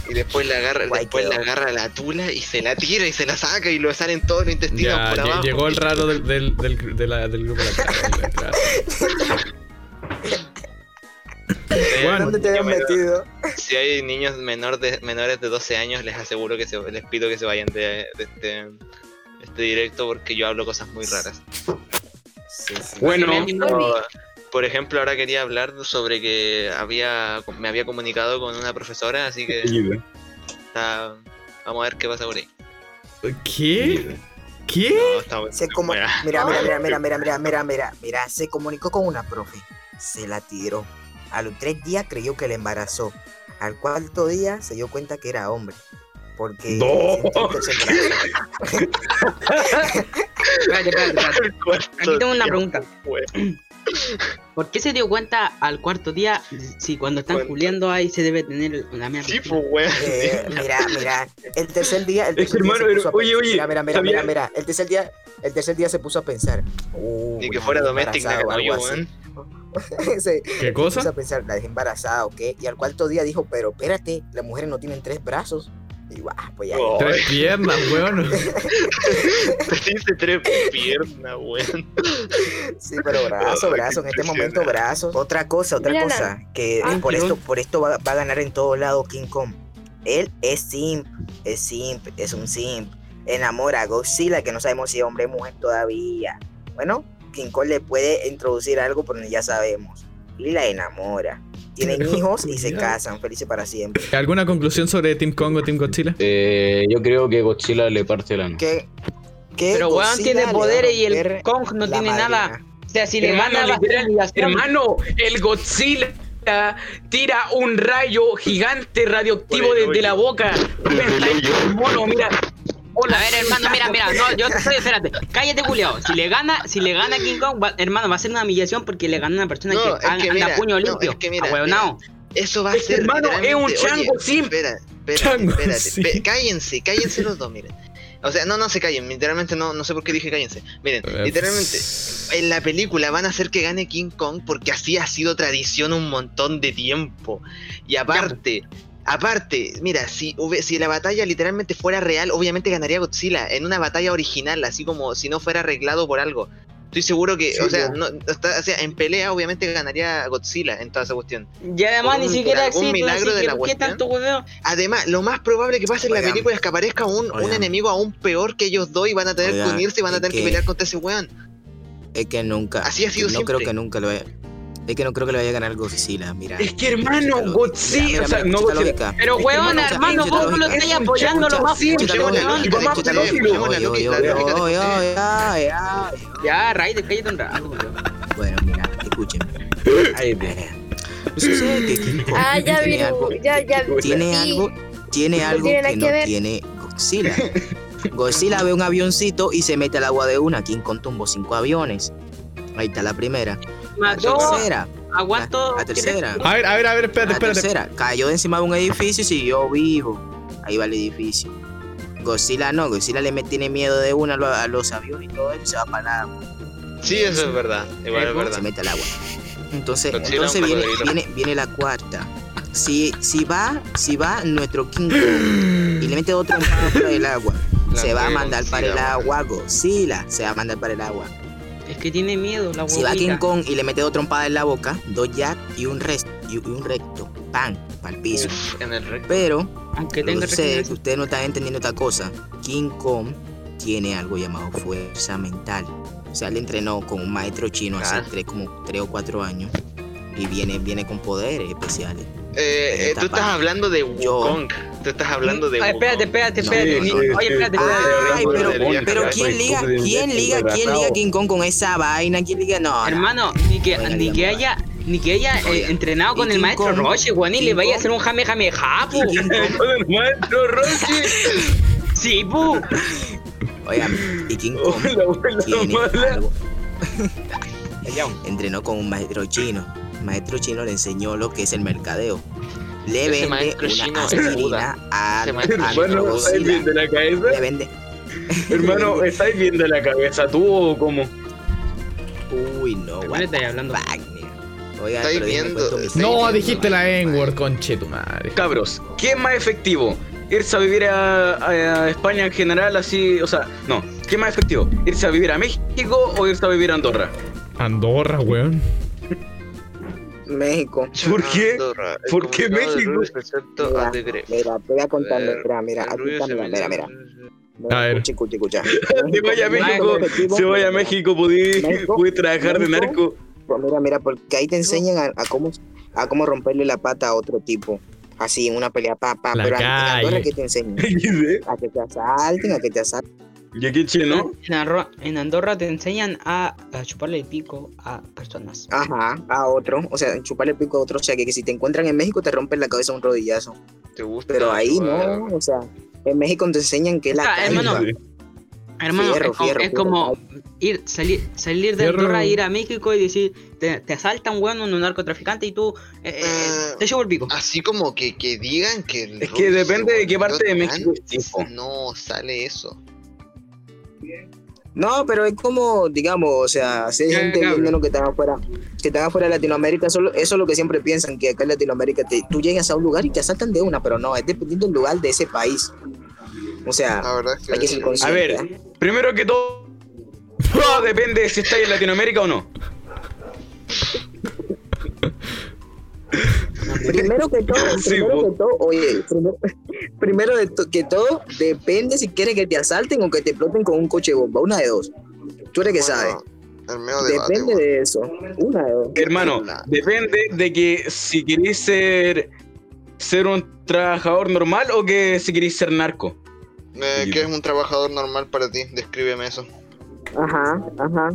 Speaker 2: Y después le agarra,
Speaker 4: Guay
Speaker 2: después le
Speaker 4: quedó.
Speaker 2: agarra la tula y se la tira y se la saca y lo salen todos los intestinos
Speaker 1: Ya,
Speaker 2: por
Speaker 1: lle-
Speaker 2: abajo.
Speaker 1: llegó el raro del, del, del, de la- del grupo de la cara. Gracias. Juan,
Speaker 4: ¿Dónde te habían metido?
Speaker 2: Si hay niños menor de, menores de 12 años, les aseguro que se, les pido que se vayan de, de este, este directo porque yo hablo cosas muy raras.
Speaker 4: Sí, sí.
Speaker 5: Bueno,
Speaker 2: Pero, por ejemplo, ahora quería hablar sobre que había me había comunicado con una profesora, así que está- vamos a ver qué pasa por ahí.
Speaker 1: ¿Qué? ¿Qué?
Speaker 2: No, está bueno.
Speaker 4: Se como...
Speaker 2: Bueno,
Speaker 4: Mira, mira, mira, mira, mira, mira, mira, mira, mira, se comunicó con una profe, se la tiró. A los tres días creyó que la embarazó. Al cuarto día se dio cuenta que era hombre. Porque
Speaker 5: No.
Speaker 4: sintió que se embarazó.
Speaker 6: Espérate, espérate, espérate.
Speaker 2: el cuarto
Speaker 6: Aquí tengo
Speaker 2: día,
Speaker 6: una pregunta.
Speaker 2: weón.
Speaker 6: ¿Por qué se dio cuenta al cuarto día si cuando están
Speaker 2: Cuenta.
Speaker 6: culiando ahí se debe tener la mierda?
Speaker 2: Sí, pues, weón.
Speaker 4: Eh, mira, mira, el tercer día, el
Speaker 5: Es que,
Speaker 4: tercer día
Speaker 5: hermano,
Speaker 4: se puso a
Speaker 5: oye,
Speaker 4: pensar.
Speaker 5: oye,
Speaker 4: Mira, mira, mira,
Speaker 5: ¿sabía?
Speaker 4: mira, mira, el tercer día, el tercer día se puso a pensar. "Uh,
Speaker 2: Ni que
Speaker 4: la
Speaker 2: fuera
Speaker 4: dejé
Speaker 2: doméstica,
Speaker 4: embarazada o
Speaker 2: como yo,
Speaker 4: algo
Speaker 2: weón.
Speaker 4: así". Se-
Speaker 1: ¿Qué
Speaker 4: Se puso
Speaker 1: cosa?
Speaker 4: a pensar, la dejé embarazada o qué. Y al cuarto día dijo, pero espérate, las mujeres no tienen tres brazos. Y guau, pues ya.
Speaker 2: Oh.
Speaker 1: Tres piernas, weón.
Speaker 2: Dice tres piernas, weón.
Speaker 4: Sí, pero brazo,
Speaker 2: Ay, qué
Speaker 4: brazo, en este momento
Speaker 2: impresionante.
Speaker 4: brazo. Otra cosa, otra
Speaker 8: Mira,
Speaker 4: cosa, que
Speaker 8: Ah,
Speaker 4: por
Speaker 1: perdón.
Speaker 4: esto, por esto va, va a ganar en todo lado King Kong. Él es simp, es simp, es un simp. Enamora a Godzilla, que no sabemos si es hombre o mujer todavía. Bueno, King Kong le puede introducir algo, pero ya sabemos. Y la enamora. Tienen
Speaker 1: Pero,
Speaker 4: hijos y se
Speaker 1: culiao.
Speaker 4: casan, felices para siempre.
Speaker 1: ¿Alguna conclusión sobre Team Kong o Team Godzilla?
Speaker 5: Eh, yo creo que Godzilla le parte la nuca.
Speaker 4: ¿Qué? ¿Qué
Speaker 6: Pero
Speaker 5: pues.
Speaker 6: weón
Speaker 4: Godzilla le
Speaker 6: tiene
Speaker 4: va a
Speaker 6: poderes y el
Speaker 4: romper
Speaker 6: Kong no
Speaker 4: la
Speaker 6: tiene nada.
Speaker 4: madrina?
Speaker 6: O sea, si le
Speaker 5: Hermano,
Speaker 6: manda
Speaker 5: literal,
Speaker 6: hermano.
Speaker 5: Hermano, el Godzilla tira un rayo gigante radioactivo
Speaker 2: Por el
Speaker 5: desde la
Speaker 2: hoyo.
Speaker 5: boca. Mono, mira. Hola,
Speaker 6: A ver, hermano, mira, mira, no, yo estoy, espérate, cállate, culiao. Si le gana, si le gana King Kong, va- hermano, va a ser una humillación porque le gana una persona
Speaker 2: No,
Speaker 6: que,
Speaker 2: es
Speaker 6: a-
Speaker 2: que
Speaker 6: anda
Speaker 2: mira,
Speaker 6: a
Speaker 2: no,
Speaker 6: puño limpio.
Speaker 2: es que mira,
Speaker 6: Ahueonao.
Speaker 2: Eso va a
Speaker 5: Es que,
Speaker 2: ser.
Speaker 5: hermano, es un
Speaker 2: literalmente-
Speaker 5: chango
Speaker 2: oye,
Speaker 5: simp.
Speaker 2: Espera, espérate,
Speaker 1: Chango
Speaker 2: espérate.
Speaker 1: simp.
Speaker 2: Pe- cállense, cállense los dos, miren. O sea, no, no se callen, literalmente no, no sé por qué dije cállense. Miren, literalmente, en la película van a hacer que gane King Kong porque así ha sido tradición un montón de tiempo. Y aparte, aparte, mira, si, hube- si la batalla literalmente fuera real, obviamente ganaría Godzilla en una batalla original, así como si no fuera arreglado por algo. Estoy seguro que,
Speaker 5: Sí,
Speaker 2: o, sea,
Speaker 5: po.
Speaker 2: no, no está- o sea, en pelea obviamente ganaría Godzilla en toda esa cuestión.
Speaker 6: Y además ni
Speaker 2: Un-
Speaker 6: siquiera
Speaker 2: algún
Speaker 6: existe.
Speaker 2: milagro
Speaker 6: así
Speaker 2: de
Speaker 6: que
Speaker 2: la
Speaker 6: ¿por qué
Speaker 2: cuestión?
Speaker 6: tanto hueveo?
Speaker 2: Además, lo más probable que pase en la
Speaker 7: Oigan.
Speaker 2: película es que aparezca un, un
Speaker 7: Oigan.
Speaker 2: enemigo aún peor que ellos dos y van a tener que
Speaker 7: Oigan,
Speaker 2: unirse y van a
Speaker 7: es
Speaker 2: tener que,
Speaker 7: que-
Speaker 2: pelear contra ese weón.
Speaker 7: Es que nunca.
Speaker 2: Así ha sido
Speaker 7: No
Speaker 2: siempre.
Speaker 7: creo que nunca lo vaya. Es que no creo que lo vaya a ganar Godzilla, mira.
Speaker 5: Es que, hermano,
Speaker 7: Escucha la
Speaker 5: Godzilla-
Speaker 7: lógica.
Speaker 5: o sea, no
Speaker 7: Mira, mira, escucha la
Speaker 5: Godzilla.
Speaker 7: lógica.
Speaker 6: Pero
Speaker 7: Es que
Speaker 6: huevón,
Speaker 7: no,
Speaker 6: hermano,
Speaker 7: escucha
Speaker 6: vos no lo
Speaker 7: lógica.
Speaker 6: estáis
Speaker 5: Es un
Speaker 6: apoyando lo
Speaker 5: chamucho,
Speaker 6: más
Speaker 5: sí, un
Speaker 6: fuerte,
Speaker 7: chamucho,
Speaker 6: weón.
Speaker 7: y
Speaker 5: vamos a
Speaker 2: Escucha
Speaker 5: tener-
Speaker 2: la lógica,
Speaker 7: Oye, oye,
Speaker 2: la
Speaker 7: oye,
Speaker 2: lógica
Speaker 7: oye,
Speaker 2: de-
Speaker 7: oye, ay, ay.
Speaker 6: Ya, Raid, cállate un rato, weón.
Speaker 7: Bueno, mira, escúchenme.
Speaker 5: Ay,
Speaker 7: Eh, Sucede que King Kong
Speaker 8: Ah, ya vi.
Speaker 7: tiene algo,
Speaker 8: Ya, ya vi.
Speaker 7: tiene
Speaker 8: Sí.
Speaker 7: algo, tiene algo
Speaker 8: tiene nada
Speaker 7: que
Speaker 8: que
Speaker 7: no
Speaker 8: ver.
Speaker 7: tiene Godzilla. Godzilla ve un avioncito y se mete al agua de una. King Kong tumbó cinco aviones. Ahí está la primera. La
Speaker 6: Mató,
Speaker 7: tercera.
Speaker 6: aguanto.
Speaker 7: La, la tercera.
Speaker 1: A ver, a ver, a ver,
Speaker 4: Ah,
Speaker 1: espérate,
Speaker 7: La
Speaker 1: espérate.
Speaker 7: tercera. Cayó de encima de un edificio y siguió vivo. Ahí va el edificio. Godzilla no, Godzilla le me- tiene miedo de una a lo- a los aviones y todo eso y se va para nada.
Speaker 2: Sí, eso es verdad. Igual es
Speaker 7: se
Speaker 2: verdad.
Speaker 7: mete al agua. Entonces,
Speaker 2: Godzilla
Speaker 7: entonces
Speaker 2: un
Speaker 7: viene,
Speaker 2: cocodrilo.
Speaker 7: viene, viene la cuarta. Si, si va, si va nuestro King Kong y le mete otro empado por el agua,
Speaker 2: La
Speaker 7: se va a
Speaker 2: fue
Speaker 7: mandar para el
Speaker 2: Godzilla,
Speaker 7: agua, Godzilla se va a mandar para el agua.
Speaker 6: Es que tiene miedo la
Speaker 7: Si va King
Speaker 6: huevita.
Speaker 7: Kong y le mete dos trompadas en la boca, dos jab y un resto y y un recto, pan, para el piso.
Speaker 2: Uf, en el rec-
Speaker 7: Pero
Speaker 6: Aunque
Speaker 7: lo
Speaker 6: tenga
Speaker 7: que sucede es que
Speaker 6: regeneración.
Speaker 7: ustedes no están entendiendo esta cosa. King Kong tiene algo llamado fuerza mental. O sea, él entrenó con un maestro chino hace
Speaker 2: Ah.
Speaker 7: tres, como tres o cuatro años. Y viene, viene con poderes especiales.
Speaker 2: Eh, eh, tú estás hablando de
Speaker 7: Yo-
Speaker 2: Wukong. Tú estás hablando de
Speaker 6: Ah, espérate,
Speaker 2: Wukong.
Speaker 6: espérate,
Speaker 7: No,
Speaker 6: espérate.
Speaker 7: no,
Speaker 6: ni-
Speaker 7: no, no.
Speaker 6: Oye, espérate, espérate.
Speaker 7: Ay, pero- Pero
Speaker 2: Ay,
Speaker 7: ¿quién liga, quién liga, quién liga King Kong con esa vaina? ¿Quién liga? No, no.
Speaker 6: Hermano, ni que,
Speaker 7: Oiga,
Speaker 6: ni que
Speaker 7: ya,
Speaker 6: haya, ni que haya eh,
Speaker 7: Oiga.
Speaker 6: entrenado
Speaker 7: ¿Y
Speaker 6: con el
Speaker 7: King
Speaker 6: maestro
Speaker 7: Kong?
Speaker 6: Roche, weón, y le
Speaker 7: ¿King
Speaker 6: vaya a
Speaker 7: Kong?
Speaker 6: hacer un jame jame japo.
Speaker 7: Y King Kong,
Speaker 5: Maestro Rossi.
Speaker 6: Sí, pu.
Speaker 7: óigame, y King
Speaker 5: Oh,
Speaker 7: Kong
Speaker 5: la abuela
Speaker 7: tiene
Speaker 5: mala.
Speaker 7: algo. Entrenó con un maestro chino. El maestro chino le enseñó lo que es el mercadeo. Le
Speaker 2: Ese
Speaker 7: vende
Speaker 2: maestro chino
Speaker 7: una
Speaker 2: es Buda.
Speaker 7: aspirina a,
Speaker 2: Ese maestro
Speaker 7: a
Speaker 2: chino es
Speaker 5: Hermano, ¿estáis bien
Speaker 7: Godzilla.
Speaker 5: de la
Speaker 7: Le
Speaker 5: cabeza?
Speaker 7: vende
Speaker 5: Hermano, ¿estáis bien de la cabeza tú o cómo?
Speaker 7: Uy, no,
Speaker 6: ¿De
Speaker 7: what
Speaker 6: cuál
Speaker 7: the
Speaker 6: estáis hablando?
Speaker 7: fuck, nigga. Oiga,
Speaker 2: Estáis
Speaker 7: pero déjenme
Speaker 2: viendo-
Speaker 7: cuento mi
Speaker 2: estáis
Speaker 1: No,
Speaker 7: historia,
Speaker 1: dijiste
Speaker 7: hermano.
Speaker 1: la N-word, conche tu madre.
Speaker 5: Cabros, ¿qué es más efectivo? ¿Irse a vivir a, a España en general así? O sea, no. ¿Qué es más efectivo? ¿Irse a vivir a México o irse a vivir a Andorra?
Speaker 1: Andorra, weón.
Speaker 4: México.
Speaker 5: ¿Por qué?
Speaker 2: Andorra, el
Speaker 5: ¿Por qué
Speaker 2: comunicado de
Speaker 5: México?
Speaker 2: Ruiz respecto
Speaker 4: Mira,
Speaker 2: a De Grey.
Speaker 4: Mira, te voy a contar,
Speaker 2: A ver,
Speaker 4: mira, mira,
Speaker 2: Eh, el
Speaker 4: aquí
Speaker 2: Ruiz
Speaker 4: está, mira, mira, mira.
Speaker 1: A ver.
Speaker 7: Escucha, escucha, escucha.
Speaker 5: Se vaya a México, se vaya a México, podí,
Speaker 4: México,
Speaker 5: podí trabajar de narco.
Speaker 4: México. Pues mira, mira, porque ahí te enseñan a, a cómo a cómo romperle la pata a otro tipo. Así, en una pelea, pa, pa.
Speaker 1: La
Speaker 4: pero en
Speaker 1: calle.
Speaker 4: Andorra, ¿qué te enseñan? A que te asalten, a que te asalten.
Speaker 5: Y aquí en Chile, ¿no?
Speaker 6: En, Arro- en Andorra te enseñan a, a chuparle el pico a personas.
Speaker 4: Ajá, a otro. O sea, chuparle el pico a otro. O sea, que, que si te encuentran en México, te rompen la cabeza un rodillazo.
Speaker 2: ¿Te gusta? Ah,
Speaker 4: Pero ahí no,
Speaker 2: weón?
Speaker 4: o sea, en México te enseñan que es la
Speaker 6: Ah,
Speaker 4: calle.
Speaker 6: hermano, Hermano,
Speaker 4: Fierro,
Speaker 6: es como,
Speaker 4: fierro,
Speaker 6: es
Speaker 4: fierro.
Speaker 6: como ir, salir, salir de
Speaker 1: Fierro.
Speaker 6: Andorra, ir a México y decir, te, te asaltan, weón, un narcotraficante y tú eh, eh,
Speaker 2: Eh,
Speaker 6: te chupo el pico.
Speaker 2: Así como que, que digan que. el
Speaker 5: Es que
Speaker 2: Ruiz
Speaker 5: depende de qué
Speaker 2: volvió
Speaker 5: parte de
Speaker 2: tan-
Speaker 5: México es tipo.
Speaker 2: No sale eso.
Speaker 4: No, pero es como, digamos, o sea, si hay
Speaker 6: Ya,
Speaker 4: gente
Speaker 6: cabrón.
Speaker 4: viéndonos que están afuera, que están afuera de Latinoamérica, solo, eso es lo que siempre piensan, que acá en Latinoamérica te- tú llegas a un lugar y te asaltan de una, pero no, es dependiendo del lugar de ese país. O
Speaker 2: La
Speaker 4: sea,
Speaker 2: verdad es que.
Speaker 4: hay que ser
Speaker 5: A
Speaker 4: consciente. ¿eh?
Speaker 5: ver, primero que todo, todo depende de si estáis en Latinoamérica o no.
Speaker 4: Primero que todo,
Speaker 5: Sí,
Speaker 4: primero
Speaker 5: po.
Speaker 4: que todo, oye, primero, primero de to- que todo, depende si quieres que te asalten o que te exploten con un coche bomba, una de dos. Tú eres que
Speaker 2: Bueno,
Speaker 4: sabes.
Speaker 2: El medio debate.
Speaker 4: Depende
Speaker 2: weón.
Speaker 4: de eso, una de dos.
Speaker 5: Hermano,
Speaker 2: Nah.
Speaker 5: depende de que si queréis ser, ser un trabajador normal o que si queréis ser narco.
Speaker 2: Eh, ¿Qué es un trabajador normal para ti? Descríbeme eso.
Speaker 4: Ajá, ajá.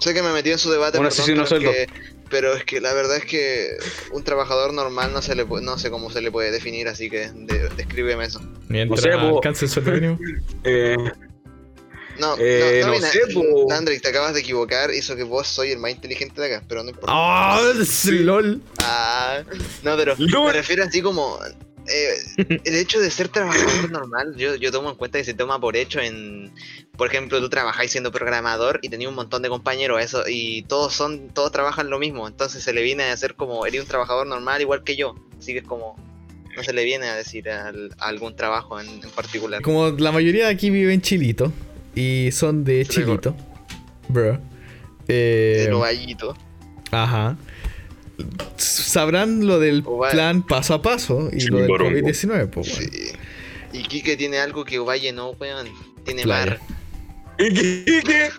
Speaker 2: Sé que me metí en su debate.
Speaker 5: Un
Speaker 2: perdón,
Speaker 5: asesino
Speaker 2: pero
Speaker 5: sueldo.
Speaker 2: es que- pero es que la verdad es que un trabajador normal no se le pu- no sé cómo se le puede definir, así que de- descríbeme eso.
Speaker 1: Mientras
Speaker 5: No sé, po.
Speaker 1: alcance el sueldo mínimo.
Speaker 5: Eh,
Speaker 2: No,
Speaker 5: Eh,
Speaker 2: no,
Speaker 5: no
Speaker 2: no,
Speaker 5: sé, po.
Speaker 2: André, te acabas de equivocar, hizo que vos soy el más inteligente de acá, pero no importa.
Speaker 1: ¡Ah! ¡Lol!
Speaker 2: Ah, no, pero
Speaker 5: No.
Speaker 2: me refiero así como eh, el hecho de ser trabajador normal, yo, yo tomo en cuenta que se toma por hecho en, por ejemplo, tú trabajáis siendo programador y tenías un montón de compañeros eso y todos son, todos trabajan lo mismo, entonces se le viene a hacer como, eres un trabajador normal igual que yo, así que es como, no se le viene a decir al- a algún trabajo en, en particular.
Speaker 1: Como la mayoría de aquí viven chilito y son de
Speaker 2: Chile,
Speaker 1: chilito, Bro. Eh,
Speaker 2: El ovallito.
Speaker 1: Ajá. Sabrán lo del
Speaker 2: Ovalle.
Speaker 1: plan paso a paso y lo del
Speaker 5: Chimborongo.
Speaker 1: COVID-19, pues, weón.
Speaker 2: Sí. Y Quique tiene algo que Ovalle no, weón. Tiene
Speaker 1: Playa.
Speaker 2: mar.
Speaker 5: Iquique.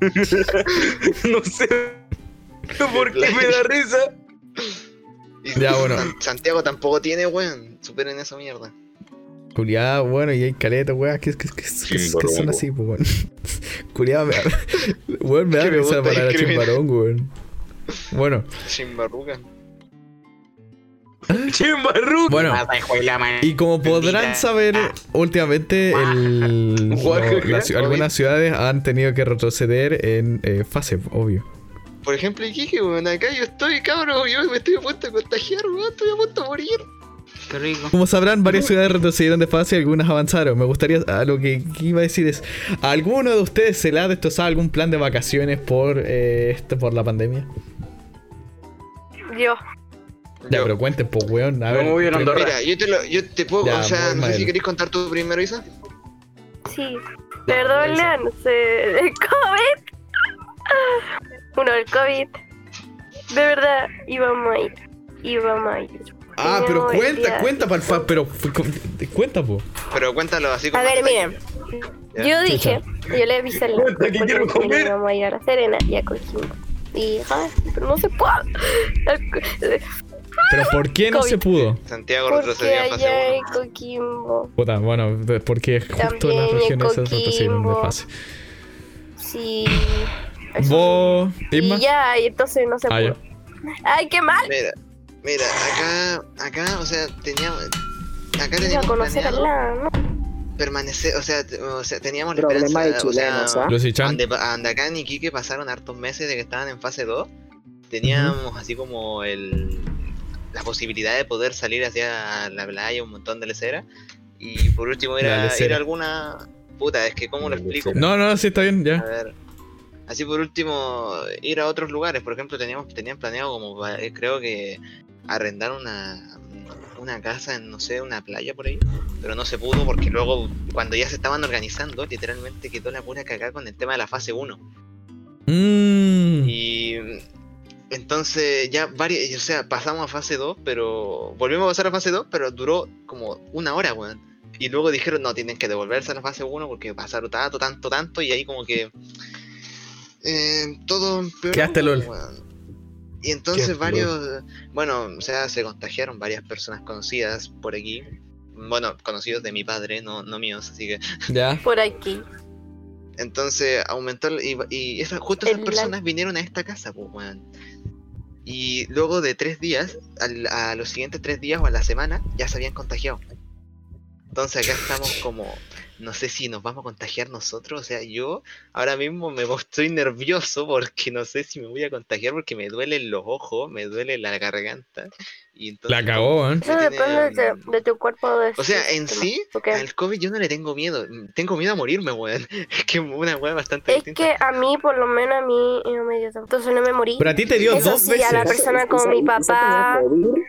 Speaker 5: no sé por qué me da risa.
Speaker 2: Y
Speaker 1: Ya, bueno.
Speaker 2: San- Santiago tampoco tiene, weón. Superen esa mierda.
Speaker 1: Culiada, bueno, y hay caleta, weón, que, que, que, que- que son
Speaker 5: Chimborongo.
Speaker 1: así, pues, weón. Culiada, me, weón, me da
Speaker 2: Que me
Speaker 1: risa la
Speaker 2: gusta
Speaker 1: palabra
Speaker 2: discriminar.
Speaker 1: chimbarongo, weón. Bueno,
Speaker 2: Sin barruga.
Speaker 5: Chimbarru.
Speaker 1: bueno.
Speaker 6: Papá, hijo de la man-
Speaker 1: Y como podrán
Speaker 6: Mentira.
Speaker 1: saber,
Speaker 2: Ah.
Speaker 1: últimamente el-
Speaker 5: Guaja,
Speaker 1: lo- las-
Speaker 5: obvio.
Speaker 1: algunas ciudades han tenido que retroceder en eh, fase, obvio.
Speaker 2: Por ejemplo, Iquique, weón. Acá yo estoy, cabrón. Yo me estoy a punto de contagiar, weón. Estoy a punto de morir.
Speaker 6: Qué rico.
Speaker 1: Como sabrán, varias ciudades retrocedieron de fase y algunas avanzaron. Me gustaría, a lo que iba a decir es, ¿a ¿alguno de ustedes se le ha destrozado algún plan de vacaciones por, eh, esto, por la pandemia?
Speaker 8: Yo.
Speaker 1: Ya,
Speaker 2: Yo.
Speaker 1: pero cuenten, pues, weón. A
Speaker 5: Yo
Speaker 1: ver,
Speaker 5: me voy a
Speaker 1: prim-
Speaker 5: Andorra.
Speaker 2: Mira, yo te, lo, yo te puedo.
Speaker 1: Ya,
Speaker 2: o sea,
Speaker 1: muy
Speaker 2: no sé
Speaker 1: mal.
Speaker 2: si querés contar tú primero, Isa.
Speaker 8: Sí. Perdón, Lean. se- El COVID. Bueno, el COVID. De verdad, íbamos a ir. Íbamos a ir.
Speaker 1: Ah, pero
Speaker 8: Teníamos el
Speaker 1: cuenta,
Speaker 8: día-
Speaker 1: cuenta, pal- pa- pero fu- cu- cuenta, pues.
Speaker 2: Pero cuéntalo así como.
Speaker 8: A ver, miren.
Speaker 2: Ya.
Speaker 8: Yo dije, yo le avisé al
Speaker 5: Cuenta que quiero comer.
Speaker 8: Vamos a ir a la Serena y a Coquimbo. Y, ay, pero no se puede.
Speaker 1: Pero ¿por qué no
Speaker 8: COVID.
Speaker 1: se pudo?
Speaker 2: Santiago
Speaker 8: Porque
Speaker 2: retrocedió a fase
Speaker 8: allá hay
Speaker 2: 1.
Speaker 8: Coquimbo.
Speaker 1: Puta, bueno, de- porque justo
Speaker 8: También
Speaker 1: las
Speaker 8: en
Speaker 1: regiones se retrocedieron de
Speaker 8: Coquimbo.
Speaker 1: fase.
Speaker 8: Sí.
Speaker 1: ¿Vos, Isma?
Speaker 8: Y ya, y entonces no se
Speaker 1: Ah, ya.
Speaker 8: pudo. Ay, qué mal.
Speaker 2: Mira, mira, acá, acá, o sea, teníamos. Acá
Speaker 8: Iba
Speaker 2: teníamos
Speaker 8: a conocer a
Speaker 2: planeado
Speaker 8: la, ¿no?
Speaker 2: permanecer, o sea, te- o sea, teníamos la
Speaker 4: Problema de
Speaker 2: esperanza. o sea,
Speaker 4: chilenos, ¿ah?
Speaker 1: Lucy Chan.
Speaker 2: Ande- a Andacán y Quique pasaron hartos meses de que estaban en fase 2. Teníamos así como el, la posibilidad de poder salir hacia la playa, un montón de lecera. Y por último
Speaker 1: La
Speaker 2: era ir
Speaker 1: lecera.
Speaker 2: a alguna... Puta, es que cómo lo explico.
Speaker 1: No, no, sí, está bien,
Speaker 2: A
Speaker 1: ya.
Speaker 2: ver. Así por último, ir a otros lugares. Por ejemplo, teníamos tenían planeado como, va- eh, creo que, arrendar una, una casa en, no sé, una playa por ahí. Pero no se pudo porque luego, cuando ya se estaban organizando, literalmente quedó la pura cagada con el tema de la fase 1.
Speaker 1: Mmm.
Speaker 2: Y mm, entonces ya varias, o sea, pasamos a fase 2, pero volvimos a pasar a fase 2, pero duró como una hora, weón. Y luego dijeron, no, tienen que devolverse a la fase 1 porque pasaron tanto, tanto, tanto, y ahí como que eh, todo empeoró,
Speaker 1: Quedaste
Speaker 2: weón,
Speaker 1: lol.
Speaker 2: weón. Y entonces
Speaker 5: Quedaste
Speaker 2: varios, bueno, o sea, se contagiaron varias personas conocidas por aquí. Bueno, conocidos de mi padre, no, no míos, así que...
Speaker 1: Ya.
Speaker 8: Por aquí.
Speaker 2: Entonces aumentó el- y, y esa- justo esas
Speaker 8: El
Speaker 2: personas vinieron a esta casa, pues, weón. Y luego de tres días, al- a los siguientes tres días o a la semana, ya se habían contagiado. Entonces acá estamos como, no sé si nos vamos a contagiar nosotros, o sea, yo ahora mismo me estoy nervioso porque no sé si me voy a contagiar porque me duelen los ojos, me duele la garganta. Y entonces,
Speaker 1: La cagó, ¿eh?
Speaker 8: Eso
Speaker 2: Me
Speaker 8: depende de,
Speaker 2: tiene-
Speaker 8: de tu cuerpo. este, De
Speaker 2: O sea, en sí,
Speaker 8: Porque
Speaker 2: al COVID yo no le tengo miedo, tengo miedo a morirme, weón. Es que una weón bastante
Speaker 8: es
Speaker 2: distinta.
Speaker 8: que a mí, por lo menos a mí, no me dio tanto. Entonces no me morí.
Speaker 1: Pero a ti te dio
Speaker 8: Eso
Speaker 1: dos
Speaker 8: sí,
Speaker 1: veces.
Speaker 8: a la persona como mi papá,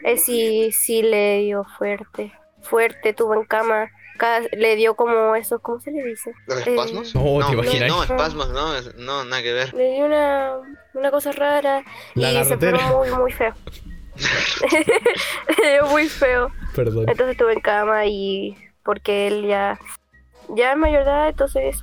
Speaker 8: eh, sí, sí le dio fuerte. Fuerte, tuvo en cama. Cada- le dio como eso, ¿cómo se le dice?
Speaker 2: ¿Los espasmos?
Speaker 1: No, ¿te imaginas?
Speaker 2: No, espasmos, no, es- no, nada que ver.
Speaker 8: Le dio una, una cosa rara
Speaker 1: La
Speaker 8: y se
Speaker 1: garrotera.
Speaker 8: puso muy, muy feo. le dio muy feo.
Speaker 1: Perdón.
Speaker 8: Entonces estuve en cama y porque él ya, ya es mayor de edad, entonces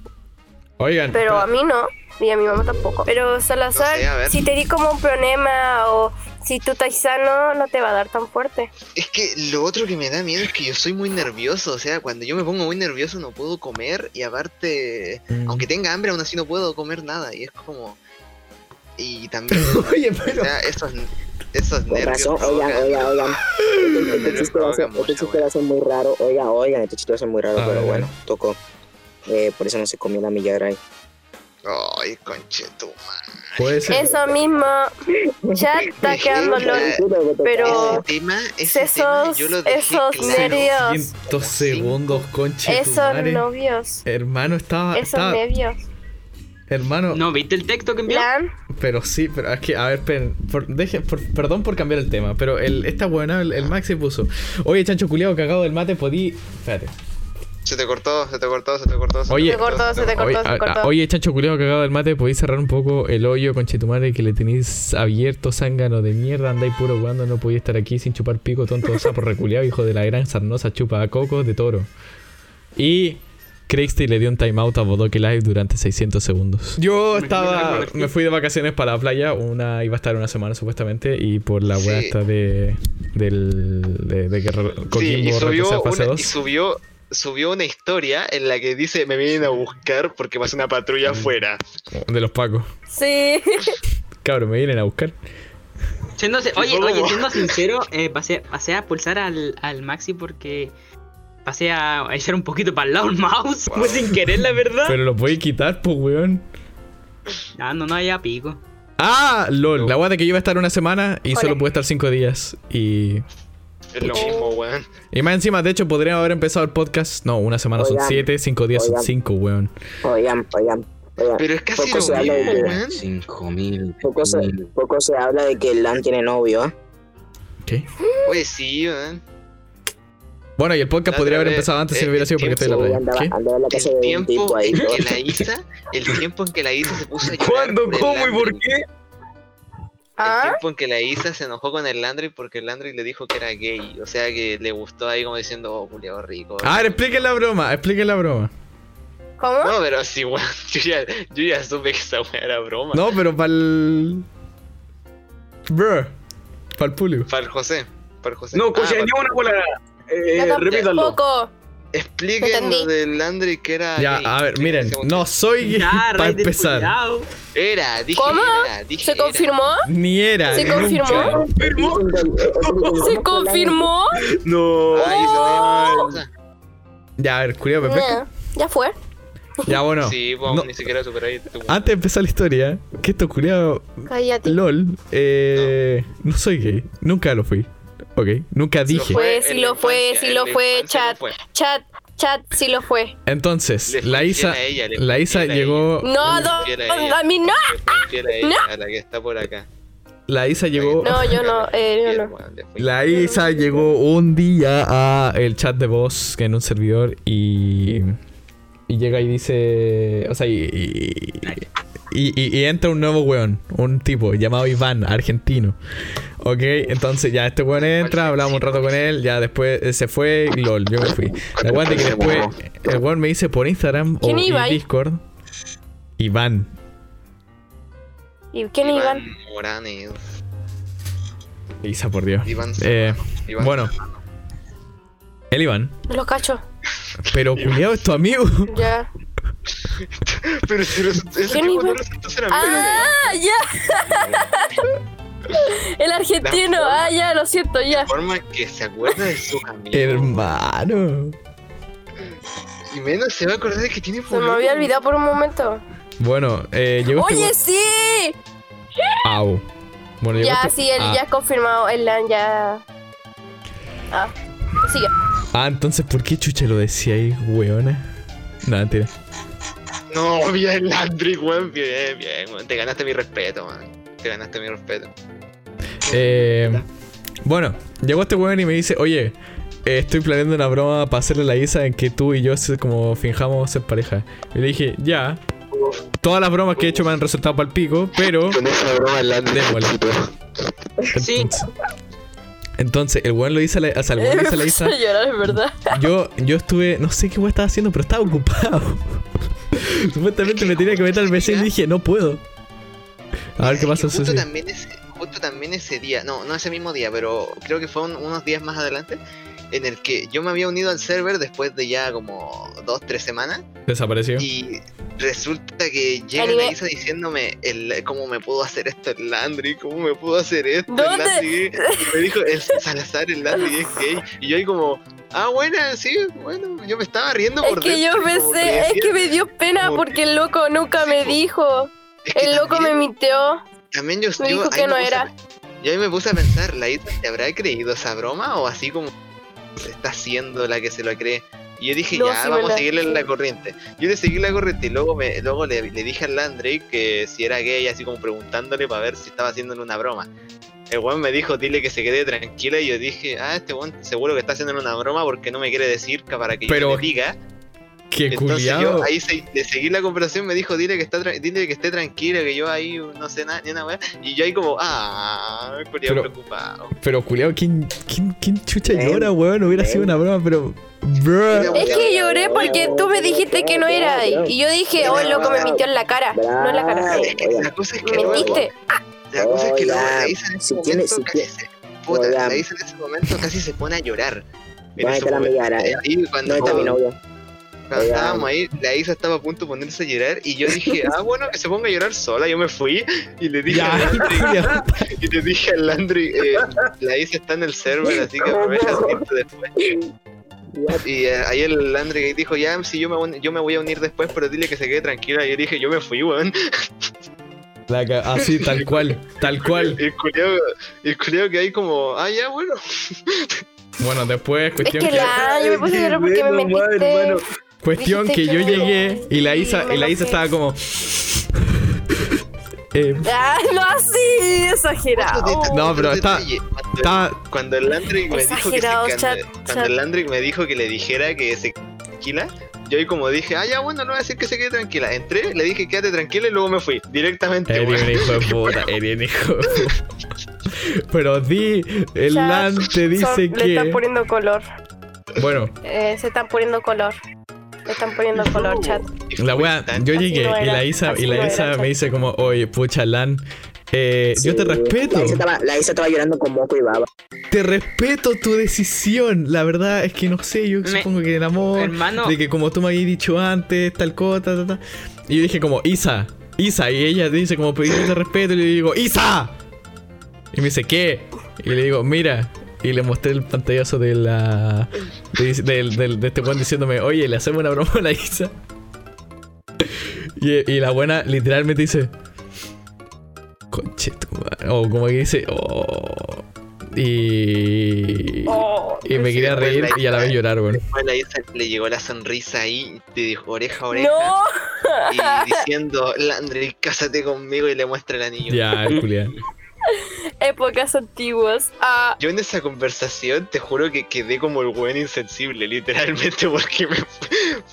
Speaker 1: Oigan,
Speaker 8: Pero a mí no, y a mi mamá tampoco. Pero Salazar,
Speaker 2: No sé, a ver.
Speaker 8: si te di como un problema o si tú estás sano, no te va a dar tan fuerte.
Speaker 2: Es que lo otro que me da miedo es que yo soy muy nervioso. O sea, cuando yo me pongo muy nervioso no puedo comer y aparte,
Speaker 1: Mm.
Speaker 2: aunque tenga hambre, aún así no puedo comer nada. Y es como. Y también,
Speaker 1: Oye,
Speaker 2: o
Speaker 1: pero.
Speaker 2: sea, esos, esos
Speaker 4: Con
Speaker 2: nervios.
Speaker 4: razón, oigan,
Speaker 2: provocan-
Speaker 4: oigan, oigan. Este- Este
Speaker 2: Nervios
Speaker 4: chiste va a
Speaker 2: provocan
Speaker 4: ser- este
Speaker 2: mucha
Speaker 4: chiste
Speaker 2: wea.
Speaker 4: va a ser muy raro. Oigan, oigan, este chiste va a ser muy raro,
Speaker 1: A
Speaker 4: pero
Speaker 1: ver,
Speaker 4: bueno,
Speaker 1: a ver.
Speaker 4: tocó. Eh, por eso no se comió la millagra ahí.
Speaker 2: Ay, conchetumar.
Speaker 1: Puede ser.
Speaker 8: Eso mismo, ya está quedando
Speaker 2: Pero-
Speaker 8: lol.
Speaker 2: Ese
Speaker 8: Pero
Speaker 2: tema, ese tema
Speaker 8: esos,
Speaker 2: yo lo dejé
Speaker 8: esos
Speaker 2: claro.
Speaker 8: nervios,
Speaker 1: 200 segundos, conche. tu
Speaker 8: esos
Speaker 1: madre.
Speaker 8: novios,
Speaker 1: Hermano, estaba.
Speaker 8: esos
Speaker 1: estaba-
Speaker 8: nervios.
Speaker 1: hermano,
Speaker 6: ¿No viste el texto que envió?
Speaker 8: Plan,
Speaker 1: pero sí, pero es que, a ver, esperen, por- deje- por- perdón por cambiar el tema, pero el, esta buena, el, el Maxi puso. Oye, chancho culiado cagado del mate, podí. Espérate.
Speaker 2: Se te cortó, se te cortó, se te cortó.
Speaker 1: Oye.
Speaker 8: Se cortó, se te cortó,
Speaker 1: Oye,
Speaker 8: se
Speaker 1: a-
Speaker 8: cortó.
Speaker 1: a- oye, chancho culiao cagado del mate, podéis cerrar un poco el hoyo con chetumare que le tenéis abierto, zángano de mierda, andáis puro jugando, no podéis estar aquí sin chupar pico, tonto sapo reculeado, hijo de la gran sarnosa chupa a coco de toro. Y Craigsley le dio un timeout a Bodoque Live durante 600 segundos. Yo estaba, me fui de vacaciones para la playa, una iba a estar una semana supuestamente, y por la weá
Speaker 2: Sí.
Speaker 1: esta de, del, de, de que re-
Speaker 2: Sí,
Speaker 1: Coquimbo
Speaker 2: y
Speaker 1: rechazó
Speaker 2: subió,
Speaker 1: el pase
Speaker 2: una, y
Speaker 1: dos.
Speaker 2: subió, subió una historia en la que dice, me vienen a buscar porque pasó una patrulla
Speaker 5: Mm.
Speaker 2: afuera.
Speaker 1: de los pacos.
Speaker 8: Sí.
Speaker 1: Cabrón, me vienen a buscar.
Speaker 6: Siendo sin- oye,
Speaker 2: ¿Cómo?
Speaker 6: oye, siendo sincero, eh, pasé, pasé a pulsar al, al Maxi porque pasé a echar un poquito para el lado el mouse. Fue sin querer, la verdad.
Speaker 1: Pero lo podéis quitar, pues, weón.
Speaker 6: Ah, no, no, ya pico.
Speaker 1: Ah, lol. La guada de que yo iba a estar una semana y
Speaker 8: Hola.
Speaker 1: solo pude estar cinco días. Y.
Speaker 2: Es lo mismo, weón.
Speaker 1: Y más encima, de hecho, podría haber empezado el podcast. No, una semana son
Speaker 4: Oigan,
Speaker 1: siete, cinco días son
Speaker 4: oigan.
Speaker 1: cinco, weón.
Speaker 4: Oigan, oigan, oigan.
Speaker 2: Pero es casi
Speaker 4: Poco se
Speaker 2: lo
Speaker 4: habla
Speaker 2: mismo,
Speaker 4: de que-
Speaker 2: weón.
Speaker 5: 5000.
Speaker 4: Poco se, poco se habla de que Lan tiene novio, ¿eh?
Speaker 1: ¿Qué?
Speaker 2: Oye, Pues sí, weón.
Speaker 1: Bueno, y el podcast
Speaker 2: La
Speaker 1: podría
Speaker 2: otra
Speaker 1: haber
Speaker 2: vez,
Speaker 1: empezado antes si
Speaker 2: eh,
Speaker 1: no hubiera sido porque estoy
Speaker 4: Sí,
Speaker 1: en la
Speaker 4: andaba,
Speaker 1: playa. ¿Qué?
Speaker 4: andaba en la casa de
Speaker 2: El
Speaker 4: un tipo
Speaker 2: tiempo
Speaker 4: ahí.
Speaker 2: en
Speaker 4: todo.
Speaker 2: que la Isa, el tiempo en que la Isa se puso a llorar.
Speaker 5: ¿Cuándo,
Speaker 2: por el
Speaker 5: cómo y por
Speaker 2: Landry.
Speaker 5: qué?
Speaker 8: ¿Ah?
Speaker 2: El tiempo en que la Isa se enojó con el Landry porque el Landry le dijo que era gay. O sea que le gustó ahí como diciendo, oh, culiado rico.
Speaker 5: Ah,
Speaker 1: A ver, expliquen la broma, expliquen la broma.
Speaker 8: ¿Cómo?
Speaker 2: No, pero sí, weón. Yo ya, yo ya supe que esa weá era broma.
Speaker 1: No, pero para el. Bruh. Para el público.
Speaker 2: Para el José. Para el José.
Speaker 5: No, pues escucha,
Speaker 2: Ah,
Speaker 5: ni
Speaker 2: para-
Speaker 5: una bola.
Speaker 8: Yo
Speaker 5: Eh,
Speaker 8: tampoco.
Speaker 5: repítalo.
Speaker 2: Expliquen
Speaker 8: Entendí.
Speaker 2: lo del Landry que era.
Speaker 1: Ya,
Speaker 2: gay.
Speaker 1: a ver,
Speaker 2: Expliquen
Speaker 1: miren.
Speaker 2: ese motivo.
Speaker 1: No soy gay
Speaker 6: Ya,
Speaker 1: para
Speaker 6: rey
Speaker 1: empezar.
Speaker 6: descuidado.
Speaker 2: Era, dije.
Speaker 8: ¿Cómo?
Speaker 2: Era, dije
Speaker 8: ¿Se
Speaker 2: era.
Speaker 8: confirmó?
Speaker 1: Ni era.
Speaker 8: ¿Se
Speaker 1: nunca.
Speaker 8: confirmó? ¿Se confirmó?
Speaker 5: No.
Speaker 2: Ay, se
Speaker 8: Oh.
Speaker 2: me-
Speaker 1: Ya, a ver, culiao, me pesca.
Speaker 8: Nah, Ya fue.
Speaker 1: Ya, bueno.
Speaker 2: Sí, vos
Speaker 1: no-
Speaker 2: ni siquiera superáis tu.
Speaker 1: Antes de empezar la historia, que esto culiado.
Speaker 8: Cállate.
Speaker 1: LOL, eh, no. soy gay. Nunca lo fui. Ok, nunca dije.
Speaker 8: fue. sí
Speaker 2: en
Speaker 8: lo
Speaker 2: la
Speaker 8: fue,
Speaker 2: infancia,
Speaker 8: sí
Speaker 2: en
Speaker 8: lo
Speaker 2: la
Speaker 8: fue,
Speaker 2: infancia
Speaker 8: chat.
Speaker 2: lo fue.
Speaker 8: Chat, chat, sí lo fue.
Speaker 1: Entonces,
Speaker 2: Le fui
Speaker 1: la
Speaker 2: fiel
Speaker 1: Isa,
Speaker 2: a ella, le fui
Speaker 1: la Isa
Speaker 2: fiel a
Speaker 1: llegó,
Speaker 8: No, don,
Speaker 2: fiel a
Speaker 8: don-
Speaker 2: ella.
Speaker 8: a mí no.
Speaker 2: Le fui fiel a ella, a la que está por acá.
Speaker 1: la Isa llegó,
Speaker 8: No, yo no, eh, yo
Speaker 2: Fiel,
Speaker 8: no.
Speaker 2: weón, le fui
Speaker 1: la Isa llegó un día a el chat de voz en un servidor y y llega y dice, o sea, y y, y- y- y entra un nuevo weón, un tipo llamado Iván, argentino. Ok, entonces ya este weón entra, hablamos un rato con él, ya después eh, se fue, lol, yo me fui. La weón de que después el weón me dice por Instagram o
Speaker 8: ¿Quién
Speaker 1: y
Speaker 8: iba ahí?
Speaker 1: Discord. Iván.
Speaker 8: ¿Y quién iban?
Speaker 2: Iván Morales.
Speaker 1: Isa, por Dios.
Speaker 2: Iván
Speaker 1: Eh,
Speaker 2: Serrano, Iván
Speaker 1: bueno. El Iván.
Speaker 8: No los cacho.
Speaker 1: Pero culiado es tu amigo.
Speaker 8: Ya.
Speaker 2: Pero si los- ese
Speaker 8: ¿Quién
Speaker 2: tipo
Speaker 8: iba?
Speaker 2: no resultó ser amigo.
Speaker 8: ¡Ah! ¡Ya! El argentino. Ah, ya, lo siento, ya.
Speaker 2: De forma que se acuerda de sus amigos.
Speaker 1: Hermano.
Speaker 2: Y menos se va a acordar de que tiene
Speaker 8: Se me había olvidado por un momento.
Speaker 1: Bueno, eh, llegó este
Speaker 8: ¡Oye,
Speaker 1: weón-
Speaker 8: sí!
Speaker 1: Au. Bueno, llegó
Speaker 8: Ya,
Speaker 1: este-
Speaker 8: sí, él
Speaker 1: ah,
Speaker 8: ya es confirmado. El LAN ya. Ah, sigue.
Speaker 1: Ah, entonces, ¿por qué chucha lo decía ahí, weona? No, mentira.
Speaker 2: No, bien, Landry, weón. Bien, bien, weón. Te ganaste mi respeto, man. Te ganaste mi respeto.
Speaker 1: Eh, bueno, llegó este weón y me dice, oye, eh, estoy planeando una broma para hacerle a la Isa en que tú y yo se- como finjamos ser pareja. Y le dije, ya. Todas las bromas que he hecho me han resultado para el pico, pero...
Speaker 2: esa broma, Landry.
Speaker 1: Démosle.
Speaker 6: Sí.
Speaker 1: Entonces, entonces, el weón lo dice a la, o sea, el weón le dice a la Isa.
Speaker 8: a llorar, es verdad.
Speaker 1: Yo, yo estuve, no sé qué weón estaba haciendo, pero estaba ocupado. Supuestamente me tenía que meter al PC y dije, no puedo. A ver qué pasa,
Speaker 2: justo,
Speaker 1: Susi.
Speaker 2: también ese, justo también ese día, no, no ese mismo día, pero creo que fue un- unos días más adelante, en el que yo me había unido al server después de ya como dos, tres semanas,
Speaker 1: Desapareció.
Speaker 2: y resulta que llega
Speaker 8: Anime.
Speaker 2: la Isa diciéndoniéndome el, cómo me pudo hacer esto el Landry, cómo me pudo hacer esto el
Speaker 8: ¿Dónde?
Speaker 2: Landry. Me dijo el Salazar, el Landry es gay, y yo ahí como... Ah, buena, sí, bueno, yo me estaba riendo
Speaker 8: Es
Speaker 2: por
Speaker 8: que yo
Speaker 2: dentro, como te
Speaker 8: pensé, es
Speaker 2: decía.
Speaker 8: que me dio pena
Speaker 2: como
Speaker 8: porque el loco nunca
Speaker 2: Sí,
Speaker 8: me
Speaker 2: po.
Speaker 8: dijo.
Speaker 2: Es que
Speaker 8: El loco
Speaker 2: también-
Speaker 8: me mintió.
Speaker 2: También yo,
Speaker 8: Me
Speaker 2: yo
Speaker 8: dijo
Speaker 2: ahí
Speaker 8: que no
Speaker 2: puse a
Speaker 8: era.
Speaker 2: pe- yo ahí me puse a pensar, ¿la Isa se habrá creído esa broma o así como se está haciendo la que se lo cree? Y yo dije,
Speaker 8: No,
Speaker 2: ya,
Speaker 8: sí me
Speaker 2: vamos
Speaker 8: la-
Speaker 2: a seguirle la corriente. Yo le seguí la corriente y luego me, luego le, le dije al Landry que si era gay, así como preguntándole para ver si estaba haciéndole una broma. El weón me dijo, dile que se quede tranquila y yo dije, ah, este weón seguro que está haciéndole una broma porque no me quiere decir que para que
Speaker 1: Pero-
Speaker 2: yo le diga
Speaker 1: Qué
Speaker 2: Entonces
Speaker 1: culiado.
Speaker 2: yo ahí se- de seguir la conversación me dijo, dile que está tra- dile que esté tranquila, que yo ahí no sé nada, ni una weá. Y yo ahí como, ah, culiado
Speaker 1: Pero-
Speaker 2: preocupado.
Speaker 7: Ah,
Speaker 1: Pero culiado, ¿quién, quién, quién chucha
Speaker 7: Ven,
Speaker 1: llora, weón? Hubiera
Speaker 7: ven.
Speaker 1: sido una broma, pero. Bruh.
Speaker 8: Es que lloré porque tú me dijiste que no era ahí. Y yo dije, oh, el loco me mintió en la cara. No en la cara.
Speaker 2: Es que la cosa es que
Speaker 8: Me
Speaker 2: luego-
Speaker 8: mentiste.
Speaker 2: La cosa es que luego
Speaker 7: Oiga,
Speaker 2: la Isa en ese
Speaker 7: Oh, si tiene-
Speaker 2: momento
Speaker 7: si
Speaker 2: casi
Speaker 7: tiene- Oh,
Speaker 2: se puta,
Speaker 7: Oiga.
Speaker 2: la Isa en ese momento casi se pone a llorar. En
Speaker 7: ¿Dónde
Speaker 2: ese
Speaker 7: está la
Speaker 2: momento.
Speaker 7: amiga Araya?
Speaker 2: Ahí cuando,
Speaker 7: ¿Dónde está mi novia?
Speaker 2: cuando
Speaker 7: Oiga.
Speaker 2: estábamos ahí, la Isa estaba a punto de ponerse a llorar y yo dije, ah bueno, que se ponga a llorar sola, yo me fui y le dije
Speaker 1: Ya,
Speaker 2: al Landry,
Speaker 1: culiao.
Speaker 2: y le dije al Landry, eh, la Isa está en el server, así que aprovecha de irte después. Y eh, ahí el Landry dijo, ya si yo me, un- yo me voy a unir después, pero dile que se quede tranquila. Y yo dije, yo me fui, weón.
Speaker 1: La ca- Así, tal cual. Tal cual.
Speaker 2: Y el culiao- y el culiao que ahí como, ah ya bueno.
Speaker 1: Bueno, después,
Speaker 8: Es
Speaker 1: cuestión
Speaker 8: que la yo me puse a llorar porque me mentiste.
Speaker 1: Cuestión que
Speaker 8: Dijiste
Speaker 1: yo
Speaker 8: que-
Speaker 1: llegué y la
Speaker 8: Sí,
Speaker 1: Isa,
Speaker 8: me
Speaker 1: y la Isa
Speaker 8: enojé.
Speaker 1: estaba como. Eh,
Speaker 8: Ah, no así, exagerado.
Speaker 1: No, pero está-
Speaker 2: Cuando-
Speaker 1: estaba.
Speaker 2: Cuando el Landry me dijo que se
Speaker 8: Exagerado,
Speaker 2: can-
Speaker 8: chat,
Speaker 2: Cuando
Speaker 8: chat.
Speaker 2: el Landry me dijo que le dijera que se tranquila, yo ahí como dije, ah ya bueno, no voy a decir que se quede tranquila. Entré, le dije quédate tranquila y luego me fui. Directamente,
Speaker 1: Eres
Speaker 2: weón.
Speaker 1: un hijo de puta, eres un hijo de puta. Pero di, el
Speaker 8: Chat,
Speaker 1: Lan te
Speaker 8: Son-
Speaker 1: dice
Speaker 8: Le están
Speaker 1: que.
Speaker 8: poniendo color.
Speaker 1: Bueno,
Speaker 8: Eh, se están poniendo color. Le están poniendo color, chat.
Speaker 2: Uh, Y
Speaker 1: La
Speaker 2: fue
Speaker 1: wea,
Speaker 2: tan-
Speaker 1: yo
Speaker 8: Así
Speaker 1: llegué
Speaker 8: no
Speaker 1: y la
Speaker 8: era,
Speaker 1: Isa, y
Speaker 8: así
Speaker 1: la
Speaker 8: no
Speaker 1: Isa
Speaker 8: era,
Speaker 1: me dice como, oye, pucha Lan, eh, yo te
Speaker 7: Sí,
Speaker 1: respeto,
Speaker 7: La Isa, estaba, la Isa estaba llorando con moco y baba.
Speaker 1: te respeto tu decisión. La verdad es que no sé, yo
Speaker 6: Me-
Speaker 1: supongo que el amor,
Speaker 6: Hermano,
Speaker 1: Oh, de que como tú me habías dicho antes, tal cosa, ta, ta. Y yo dije como, Isa, Isa, y ella dice como pedirte respeto, y le digo, Isa. Y me dice, ¿qué? Y le digo, mira. Y le mostré el pantallazo de la. de, del- del- de este weón diciéndome, oye, le hacemos una broma a la Isa. Y, y la buena literalmente dice. Conche tu madre", O como que dice. "Oh". Y.
Speaker 8: Oh,
Speaker 1: Y me quería reír y a la vez llorar, weón.
Speaker 2: Después la Isa le llegó la sonrisa ahí, te dijo oreja a oreja.
Speaker 8: no.
Speaker 2: Y diciendo, Landry, cásate conmigo y le muestra el anillo.
Speaker 1: Ya, culiá.
Speaker 8: Épocas antiguas. Ah,
Speaker 2: Yo en esa conversación te juro que quedé como el buen insensible, literalmente, porque me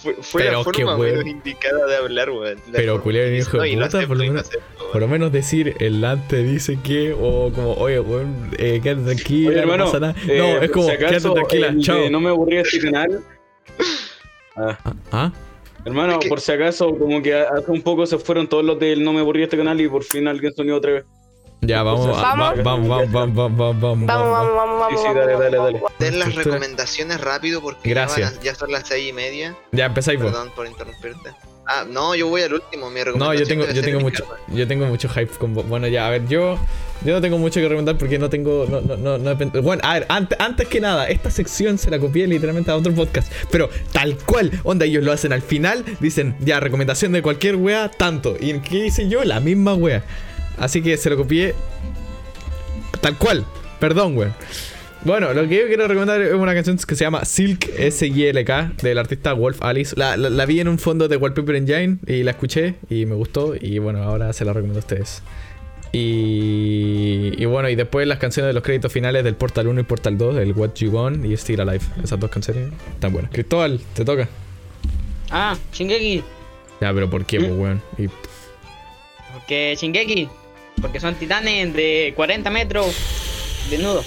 Speaker 2: fue, fue
Speaker 1: Pero
Speaker 2: la
Speaker 1: qué
Speaker 2: forma
Speaker 1: weón.
Speaker 2: menos indicada de hablar, weón. La
Speaker 1: Pero,
Speaker 2: forma-
Speaker 1: culiao, hijo de
Speaker 2: y lo
Speaker 1: puta, por lo
Speaker 2: acepto, y lo
Speaker 1: menos-
Speaker 2: acepto, weón.
Speaker 1: Por lo menos decir, el LAN te dice que, o como, oye, weón, eh, quédate tranquila,
Speaker 5: Oye,
Speaker 1: no
Speaker 5: hermano,
Speaker 1: pasa nada.
Speaker 5: eh,
Speaker 1: no, es
Speaker 5: por
Speaker 1: como,
Speaker 5: si acaso,
Speaker 1: quédate tranquila,
Speaker 5: el de
Speaker 1: chao.
Speaker 5: No me aburrí este canal. Ah,
Speaker 1: Ah, ah,
Speaker 5: hermano,
Speaker 2: Es que-
Speaker 5: por si acaso, como que hace un poco se fueron todos los del No me aburrí este canal y por fin alguien se unió otra vez.
Speaker 1: Ya, vamos,
Speaker 5: Entonces,
Speaker 1: ah, va-
Speaker 8: ¿vamos?
Speaker 1: vamos, vamos, vamos, vamos, vamos, vamos,
Speaker 8: vamos, vamos, vamos, vamos.
Speaker 5: Sí, sí, dale,
Speaker 8: vamos,
Speaker 5: dale,
Speaker 8: vamos.
Speaker 5: dale.
Speaker 2: Den las
Speaker 1: Estructura.
Speaker 2: recomendaciones rápido porque ya van a-
Speaker 1: Gracias.
Speaker 2: Ya, son las seis y media.
Speaker 1: Ya empezáis vos.
Speaker 2: Perdón por interrumpirte. Ah, no, yo voy al último, mi
Speaker 1: No,
Speaker 2: recomendación.
Speaker 1: yo tengo,
Speaker 2: debe
Speaker 1: yo
Speaker 2: ser
Speaker 1: tengo
Speaker 2: mi
Speaker 1: mucho,
Speaker 2: cama.
Speaker 1: yo tengo mucho hype con vos. Bueno, ya, a ver, yo, yo no tengo mucho que recomendar porque no tengo, no, no, no, no he pen- Bueno, a ver, antes, antes que nada, esta sección se la copié literalmente a otro podcast, pero tal cual, onda, ellos lo hacen al final, dicen, ya, recomendación de cualquier wea, tanto. ¿Y qué hice yo? La misma wea. Así que se lo copié tal cual, perdón, wea. Bueno, lo que yo quiero recomendar es una canción que se llama Silk S-I-L-K del artista Wolf Alice. La, la- la vi en un fondo de Wallpaper Engine y la escuché y me gustó. Y bueno, ahora se la recomiendo a ustedes. Y, y bueno, y después las canciones de los créditos finales del Portal 1 y Portal 2, el What You Want y Still Alive. Esas dos canciones están buenas. Cristóbal, te toca.
Speaker 6: ah, Shingeki.
Speaker 1: Ya, pero ¿por qué, pues, weón? Y-
Speaker 6: Porque Shingeki. Porque son titanes de 40 metros. Desnudo.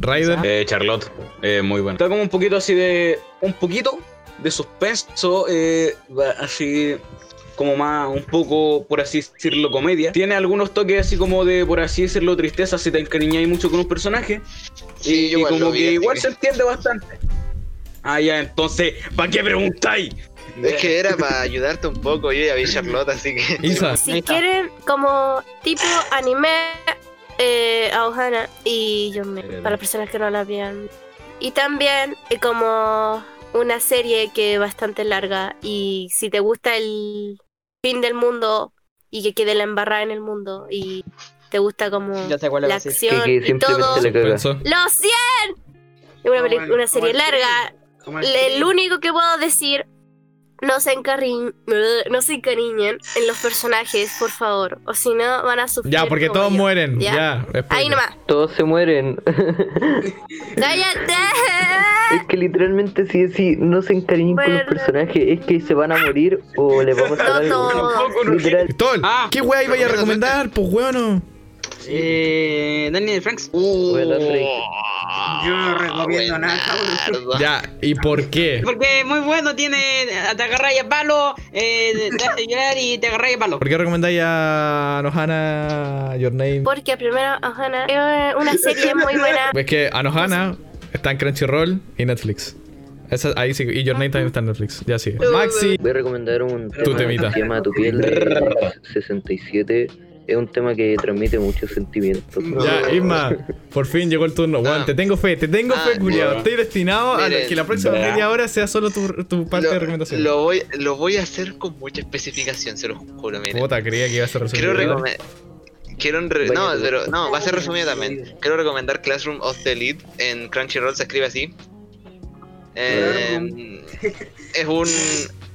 Speaker 1: Raiden,
Speaker 5: Eh, Charlotte, eh, muy bueno. Está como un poquito así de. Un poquito de suspenso, eh, va- así como más, un poco, por así decirlo, comedia. Tiene algunos toques así como de, por así decirlo, tristeza si te encariñáis mucho con un personaje.
Speaker 2: Sí,
Speaker 5: y
Speaker 2: yo igual
Speaker 5: como
Speaker 2: lo vi,
Speaker 5: que
Speaker 2: así
Speaker 5: igual
Speaker 2: que-
Speaker 5: se entiende bastante. Ah, ya, entonces, ¿para qué preguntáis?
Speaker 2: Es que era para ayudarte un poco, yo ya vi Charlotte, así que...
Speaker 1: Isa.
Speaker 6: Ahí
Speaker 8: Si
Speaker 6: está.
Speaker 8: quieren, como tipo anime, eh, a Ohana y yo me. Para las personas que no la vean. Y también eh, como una serie que es bastante larga. Y si te gusta el fin del mundo y que quede la embarrada en el mundo y te gusta como
Speaker 6: Ya sé cuál le
Speaker 8: la
Speaker 6: voy a decir.
Speaker 9: Que,
Speaker 8: acción
Speaker 9: que
Speaker 8: y todo.
Speaker 9: simplemente le caga.
Speaker 1: pensó.
Speaker 8: ¡Los 100! Es Una, peli- una serie larga. Le- Lo único que puedo decir No se, encariñ- no se encariñen en los personajes, por favor. O si no, van a sufrir.
Speaker 1: Ya, porque
Speaker 8: como
Speaker 1: todos
Speaker 8: yo.
Speaker 1: mueren.
Speaker 8: Ya.
Speaker 1: Ya.
Speaker 8: Ahí
Speaker 1: spoiler.
Speaker 8: nomás.
Speaker 9: Todos se mueren.
Speaker 8: ¡Cállate!
Speaker 9: es que literalmente si, si no se encariñen con los
Speaker 8: Bueno.
Speaker 9: personajes, es que se van a morir o les va a pasar
Speaker 8: No
Speaker 9: algo.
Speaker 8: todos.
Speaker 5: Tampoco, no
Speaker 9: Literal.
Speaker 1: Tol,
Speaker 6: Ah.
Speaker 1: ¿qué wea iba a
Speaker 2: Recomiendo
Speaker 1: recomendar? Pues weón.
Speaker 6: Eh, Daniel Franks.
Speaker 9: Bueno, Rick.
Speaker 6: Yo no
Speaker 2: Ah,
Speaker 6: recomiendo nada,
Speaker 2: Buenardo.
Speaker 1: Ya, ¿y por qué?
Speaker 6: Porque es muy bueno, tiene. Te agarráis a palo, eh, te hace llorar y te agarráis a palo.
Speaker 1: ¿Por qué recomendáis a Anohana Your Name?
Speaker 8: Porque primero, Ohana es una serie muy buena.
Speaker 1: Es que Anohana está en Crunchyroll y Netflix. Esa- ahí sí, y Your Name también está en Netflix. Ya sí. Maxi.
Speaker 9: Voy a recomendar un tema
Speaker 1: temita.
Speaker 9: que se llama Tu piel de 67. Es un tema que transmite muchos sentimientos.
Speaker 1: Ya, Isma, por fin llegó el turno. Weón,
Speaker 2: Ah.
Speaker 1: te tengo fe, te tengo
Speaker 2: Ah,
Speaker 1: fe, culiado.
Speaker 5: ya.
Speaker 1: Estoy destinado a
Speaker 2: Miren,
Speaker 1: que la próxima
Speaker 5: ya.
Speaker 1: media hora sea solo tu, tu parte de recomendación.
Speaker 2: Lo voy, lo voy a hacer con mucha especificación, se los juro, miren.
Speaker 1: Puta, creía que iba a ser
Speaker 2: Quiero
Speaker 1: resuelto.
Speaker 2: recomendar. Quiero un re-
Speaker 9: Vaya,
Speaker 2: no,
Speaker 9: tú.
Speaker 2: pero no, va a ser resumido también. Quiero recomendar Classroom of the Elite en Crunchyroll, se escribe así. Eh, es un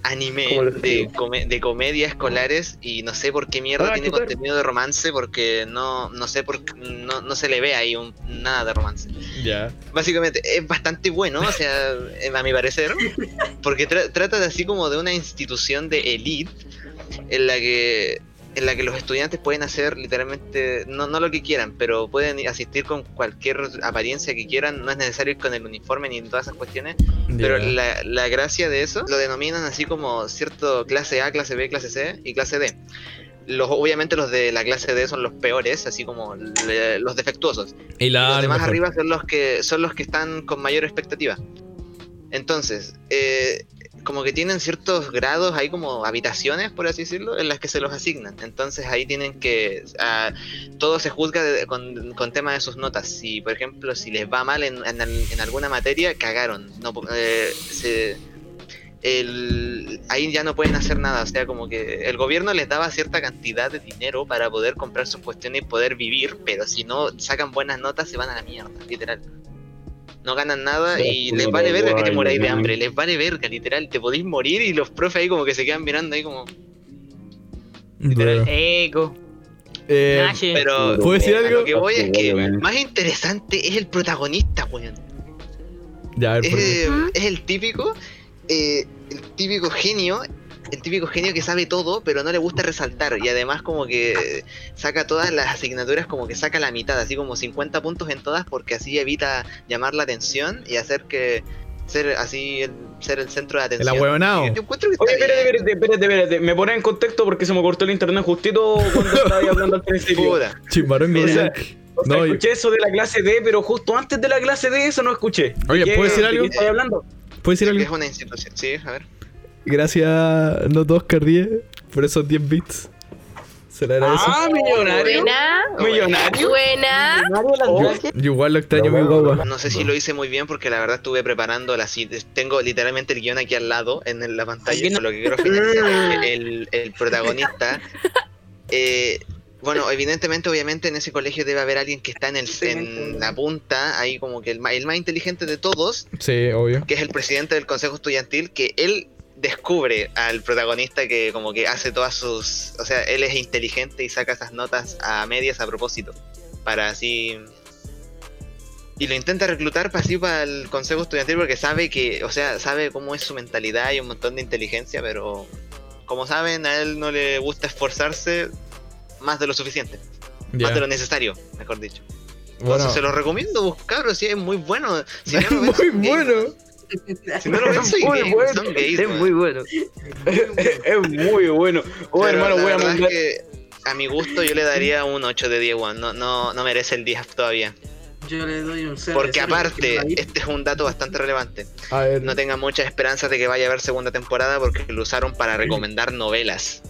Speaker 2: anime
Speaker 9: ¿Cómo lo
Speaker 2: de,
Speaker 9: escribo?
Speaker 2: come- de comedia escolares y no sé por qué mierda
Speaker 5: Ah,
Speaker 2: tiene
Speaker 5: qué perro.
Speaker 2: contenido de romance porque no, no sé por qué- no, no se le ve ahí un- nada de romance.
Speaker 1: Ya.
Speaker 2: Básicamente es bastante bueno, o sea, eh, a mi parecer, porque tra- trata de así como de una institución de elite en la que en la que los estudiantes pueden hacer literalmente no, no lo que quieran, pero pueden i- asistir con cualquier apariencia que quieran, no es necesario ir con el uniforme ni todas esas cuestiones, pero
Speaker 1: Ya.
Speaker 2: la, la gracia de eso lo denominan así como cierto clase A, clase B, clase C y clase D. Los, obviamente los de la clase D son los peores, así como le- los defectuosos
Speaker 1: Y la
Speaker 2: los
Speaker 1: A,
Speaker 2: demás
Speaker 1: mejor.
Speaker 2: arriba son los que son los que están con mayor expectativa. Entonces, eh, como que tienen ciertos grados, hay como habitaciones, por así decirlo, en las que se los asignan. Entonces ahí tienen que... ah, todo se juzga de- con, con tema de sus notas. Si, por ejemplo, si les va mal en, en al- en alguna materia, cagaron. No, po- eh, se- el- ahí ya no pueden hacer nada. O sea, como que el gobierno les daba cierta cantidad de dinero para poder comprar sus cuestiones y poder vivir, pero si no sacan buenas notas se van a la mierda, literal. No ganan nada y les vale verga que te moráis de hambre, les vale verga, literal. Te podéis morir y los profes ahí como que se quedan mirando ahí como... literal.
Speaker 6: Eco.
Speaker 1: Eh,
Speaker 6: Nache.
Speaker 2: Pero
Speaker 1: ¿Puedo decir
Speaker 2: a lo
Speaker 1: algo?
Speaker 2: que voy es que más interesante es el protagonista, weón.
Speaker 1: Ya, a ver,
Speaker 2: es,
Speaker 1: por qué.
Speaker 2: eh,
Speaker 8: Ujú.
Speaker 2: es el típico, eh, el típico genio, el típico genio que sabe todo, pero no le gusta resaltar. Y además como que saca todas las asignaturas, como que saca la mitad, así como 50 puntos en todas, porque así evita llamar la atención y hacer que ser así el, ser el centro de
Speaker 1: El
Speaker 2: atención.
Speaker 1: ahueonao.
Speaker 2: Yo encuentro que está
Speaker 5: Oye, espérate,
Speaker 2: bien.
Speaker 5: espérate, espérate, espérate. Me pones en contexto porque se me cortó el internet justito cuando estaba ahí hablando al principio.
Speaker 2: Puta.
Speaker 1: Chimbarón
Speaker 5: Mira,
Speaker 1: Gorila.
Speaker 5: O sea,
Speaker 1: No, yo-
Speaker 5: escuché eso de la clase D, pero justo antes de la clase D eso no escuché.
Speaker 1: Oye,
Speaker 5: ¿De
Speaker 1: ¿puedo decir
Speaker 5: de
Speaker 1: algo?
Speaker 5: estáis hablando?
Speaker 1: ¿Puedes decir
Speaker 2: Es
Speaker 1: algo?
Speaker 2: una institución, sí, a ver.
Speaker 1: Gracias, los dos 10 por esos 10 bits. Se le agradece.
Speaker 5: Ah, millonario.
Speaker 8: Buena,
Speaker 5: Millonario.
Speaker 8: buena.
Speaker 1: Yo igual lo extraño, mi guagua.
Speaker 2: No sé si lo hice muy bien porque la verdad estuve preparando las citas. Tengo literalmente el guión aquí al lado en el- la pantalla.
Speaker 6: Aquí no-
Speaker 2: por Lo que quiero finalizar es que el, el protagonista. eh, bueno, evidentemente, obviamente en ese colegio debe haber alguien que está en, el, en la punta, ahí como que el, ma- el más inteligente de todos,
Speaker 1: Sí, obvio.
Speaker 2: que es el presidente del consejo estudiantil, que él descubre al protagonista que como que hace todas sus... O sea, él es inteligente y saca esas notas a medias a propósito, para así... Y lo intenta reclutar para así para el consejo estudiantil porque sabe que, o sea, sabe cómo es su mentalidad y un montón de inteligencia, pero como saben, a él no le gusta esforzarse más de lo suficiente,
Speaker 1: Ya.
Speaker 2: más de Ah, lo necesario, mejor dicho. Entonces
Speaker 1: Bueno,
Speaker 2: se los recomiendo buscarlo, si es muy bueno. Si
Speaker 1: es
Speaker 2: no lo
Speaker 1: muy
Speaker 2: ven, son gays.
Speaker 1: bueno.
Speaker 2: Si no lo ven, soy
Speaker 5: Muy
Speaker 2: gay,
Speaker 5: bueno.
Speaker 2: son gays,
Speaker 9: Es
Speaker 2: weón.
Speaker 9: muy bueno.
Speaker 5: es muy bueno. Oye,
Speaker 2: Pero
Speaker 5: hermano,
Speaker 2: la
Speaker 5: voy a
Speaker 2: verdad
Speaker 5: mandar.
Speaker 2: es que a mi gusto yo le daría un 8 de 10, weón. No, no, no merece el 10 todavía.
Speaker 10: Yo le doy un cero.
Speaker 2: Porque aparte, este es un dato bastante relevante.
Speaker 1: A ver,
Speaker 2: No tengan muchas esperanzas de que vaya a haber segunda temporada porque lo usaron para recomendar novelas.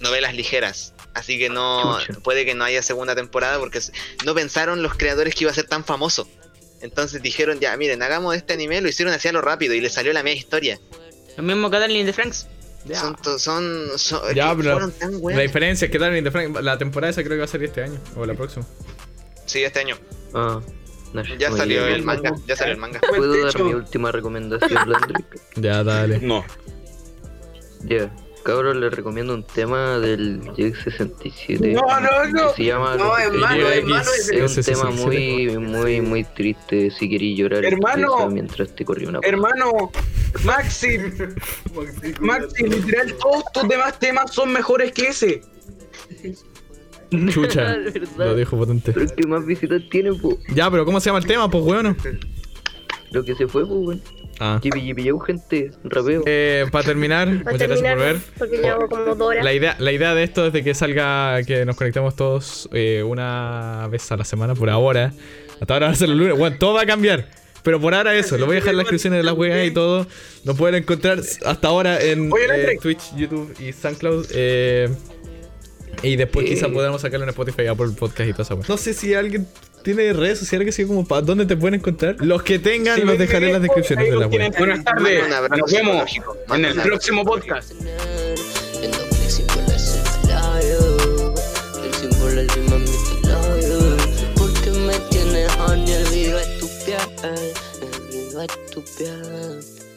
Speaker 2: Novelas ligeras. Así que no puede que no haya segunda temporada porque s- no pensaron los creadores que iba a ser tan famoso. Entonces dijeron, ya, miren, hagamos este anime, lo hicieron así a lo rápido y le salió la media historia.
Speaker 6: Lo mismo que Daniel de Franks.
Speaker 2: Son, to- son, son-
Speaker 1: Ya,
Speaker 2: que
Speaker 1: pero
Speaker 2: fueron tan
Speaker 1: la
Speaker 2: buenas.
Speaker 1: diferencia es que Darling de Frank, la temporada esa creo que va a salir este año o la próxima.
Speaker 2: Sí, este año.
Speaker 9: Ah, no,
Speaker 2: Ya
Speaker 9: oye,
Speaker 2: salió
Speaker 9: yo-
Speaker 2: el manga, ya salió el manga.
Speaker 9: ¿Puedo dar mi última recomendación, Landry?
Speaker 1: Ya, dale.
Speaker 5: No.
Speaker 9: Ya, cabros, les recomiendo un tema del JX67.
Speaker 10: No, no, no.
Speaker 9: Que se llama
Speaker 10: No, hermano,
Speaker 9: Roquetería.
Speaker 10: hermano,
Speaker 9: es, un
Speaker 10: ese-
Speaker 9: tema muy, muy, muy triste. Si querís llorar,
Speaker 5: Hermano.
Speaker 9: expresa mientras te corrió una
Speaker 5: Hermano, Maxi, Maxi, literal, todos tus demás temas son mejores que ese.
Speaker 1: Chucha. Lo dejo potente.
Speaker 9: Pero el que más visitas tiene, po.
Speaker 1: Ya, pero ¿cómo se llama el tema, pues, weón?
Speaker 9: Lo que se fue, pues, weón.
Speaker 1: Ah.
Speaker 9: Yipi, yipi, yau, gente, rapeo.
Speaker 1: Eh, para terminar,
Speaker 3: Para
Speaker 1: muchas gracias
Speaker 3: terminar,
Speaker 1: por ver.
Speaker 3: porque llevo como dos horas.
Speaker 1: La idea, la idea de esto es de que salga, que nos conectemos todos eh, una vez a la semana por ahora. Hasta ahora va a ser los lunes. Bueno, todo va a cambiar. Pero por ahora eso, lo voy a dejar en las descripciones de las weas y todo. Nos pueden encontrar hasta ahora en
Speaker 5: Oye,
Speaker 1: eh,
Speaker 5: Landrix.
Speaker 1: Twitch, YouTube y SoundCloud. eh, y después quizá podamos sacarlo en Spotify, Apple Podcast y todo eso. Eh. No sé si alguien tiene redes sociales que sea como para dónde te pueden encontrar. Los que tengan
Speaker 5: Si
Speaker 1: los
Speaker 5: me
Speaker 1: dejaré en las
Speaker 5: tienen,
Speaker 1: descripciones
Speaker 5: ahí
Speaker 1: de
Speaker 5: los
Speaker 1: las
Speaker 5: tienen.
Speaker 1: weas.
Speaker 5: Buenas tardes,
Speaker 2: Un abrazo
Speaker 5: nos vemos
Speaker 2: psicológico.
Speaker 5: en el
Speaker 2: Mándala.
Speaker 5: próximo podcast.
Speaker 11: En dos principales labios El símbolo del ritmo en mis labios Porque me tienes honey, viva tu piel Viva tu piel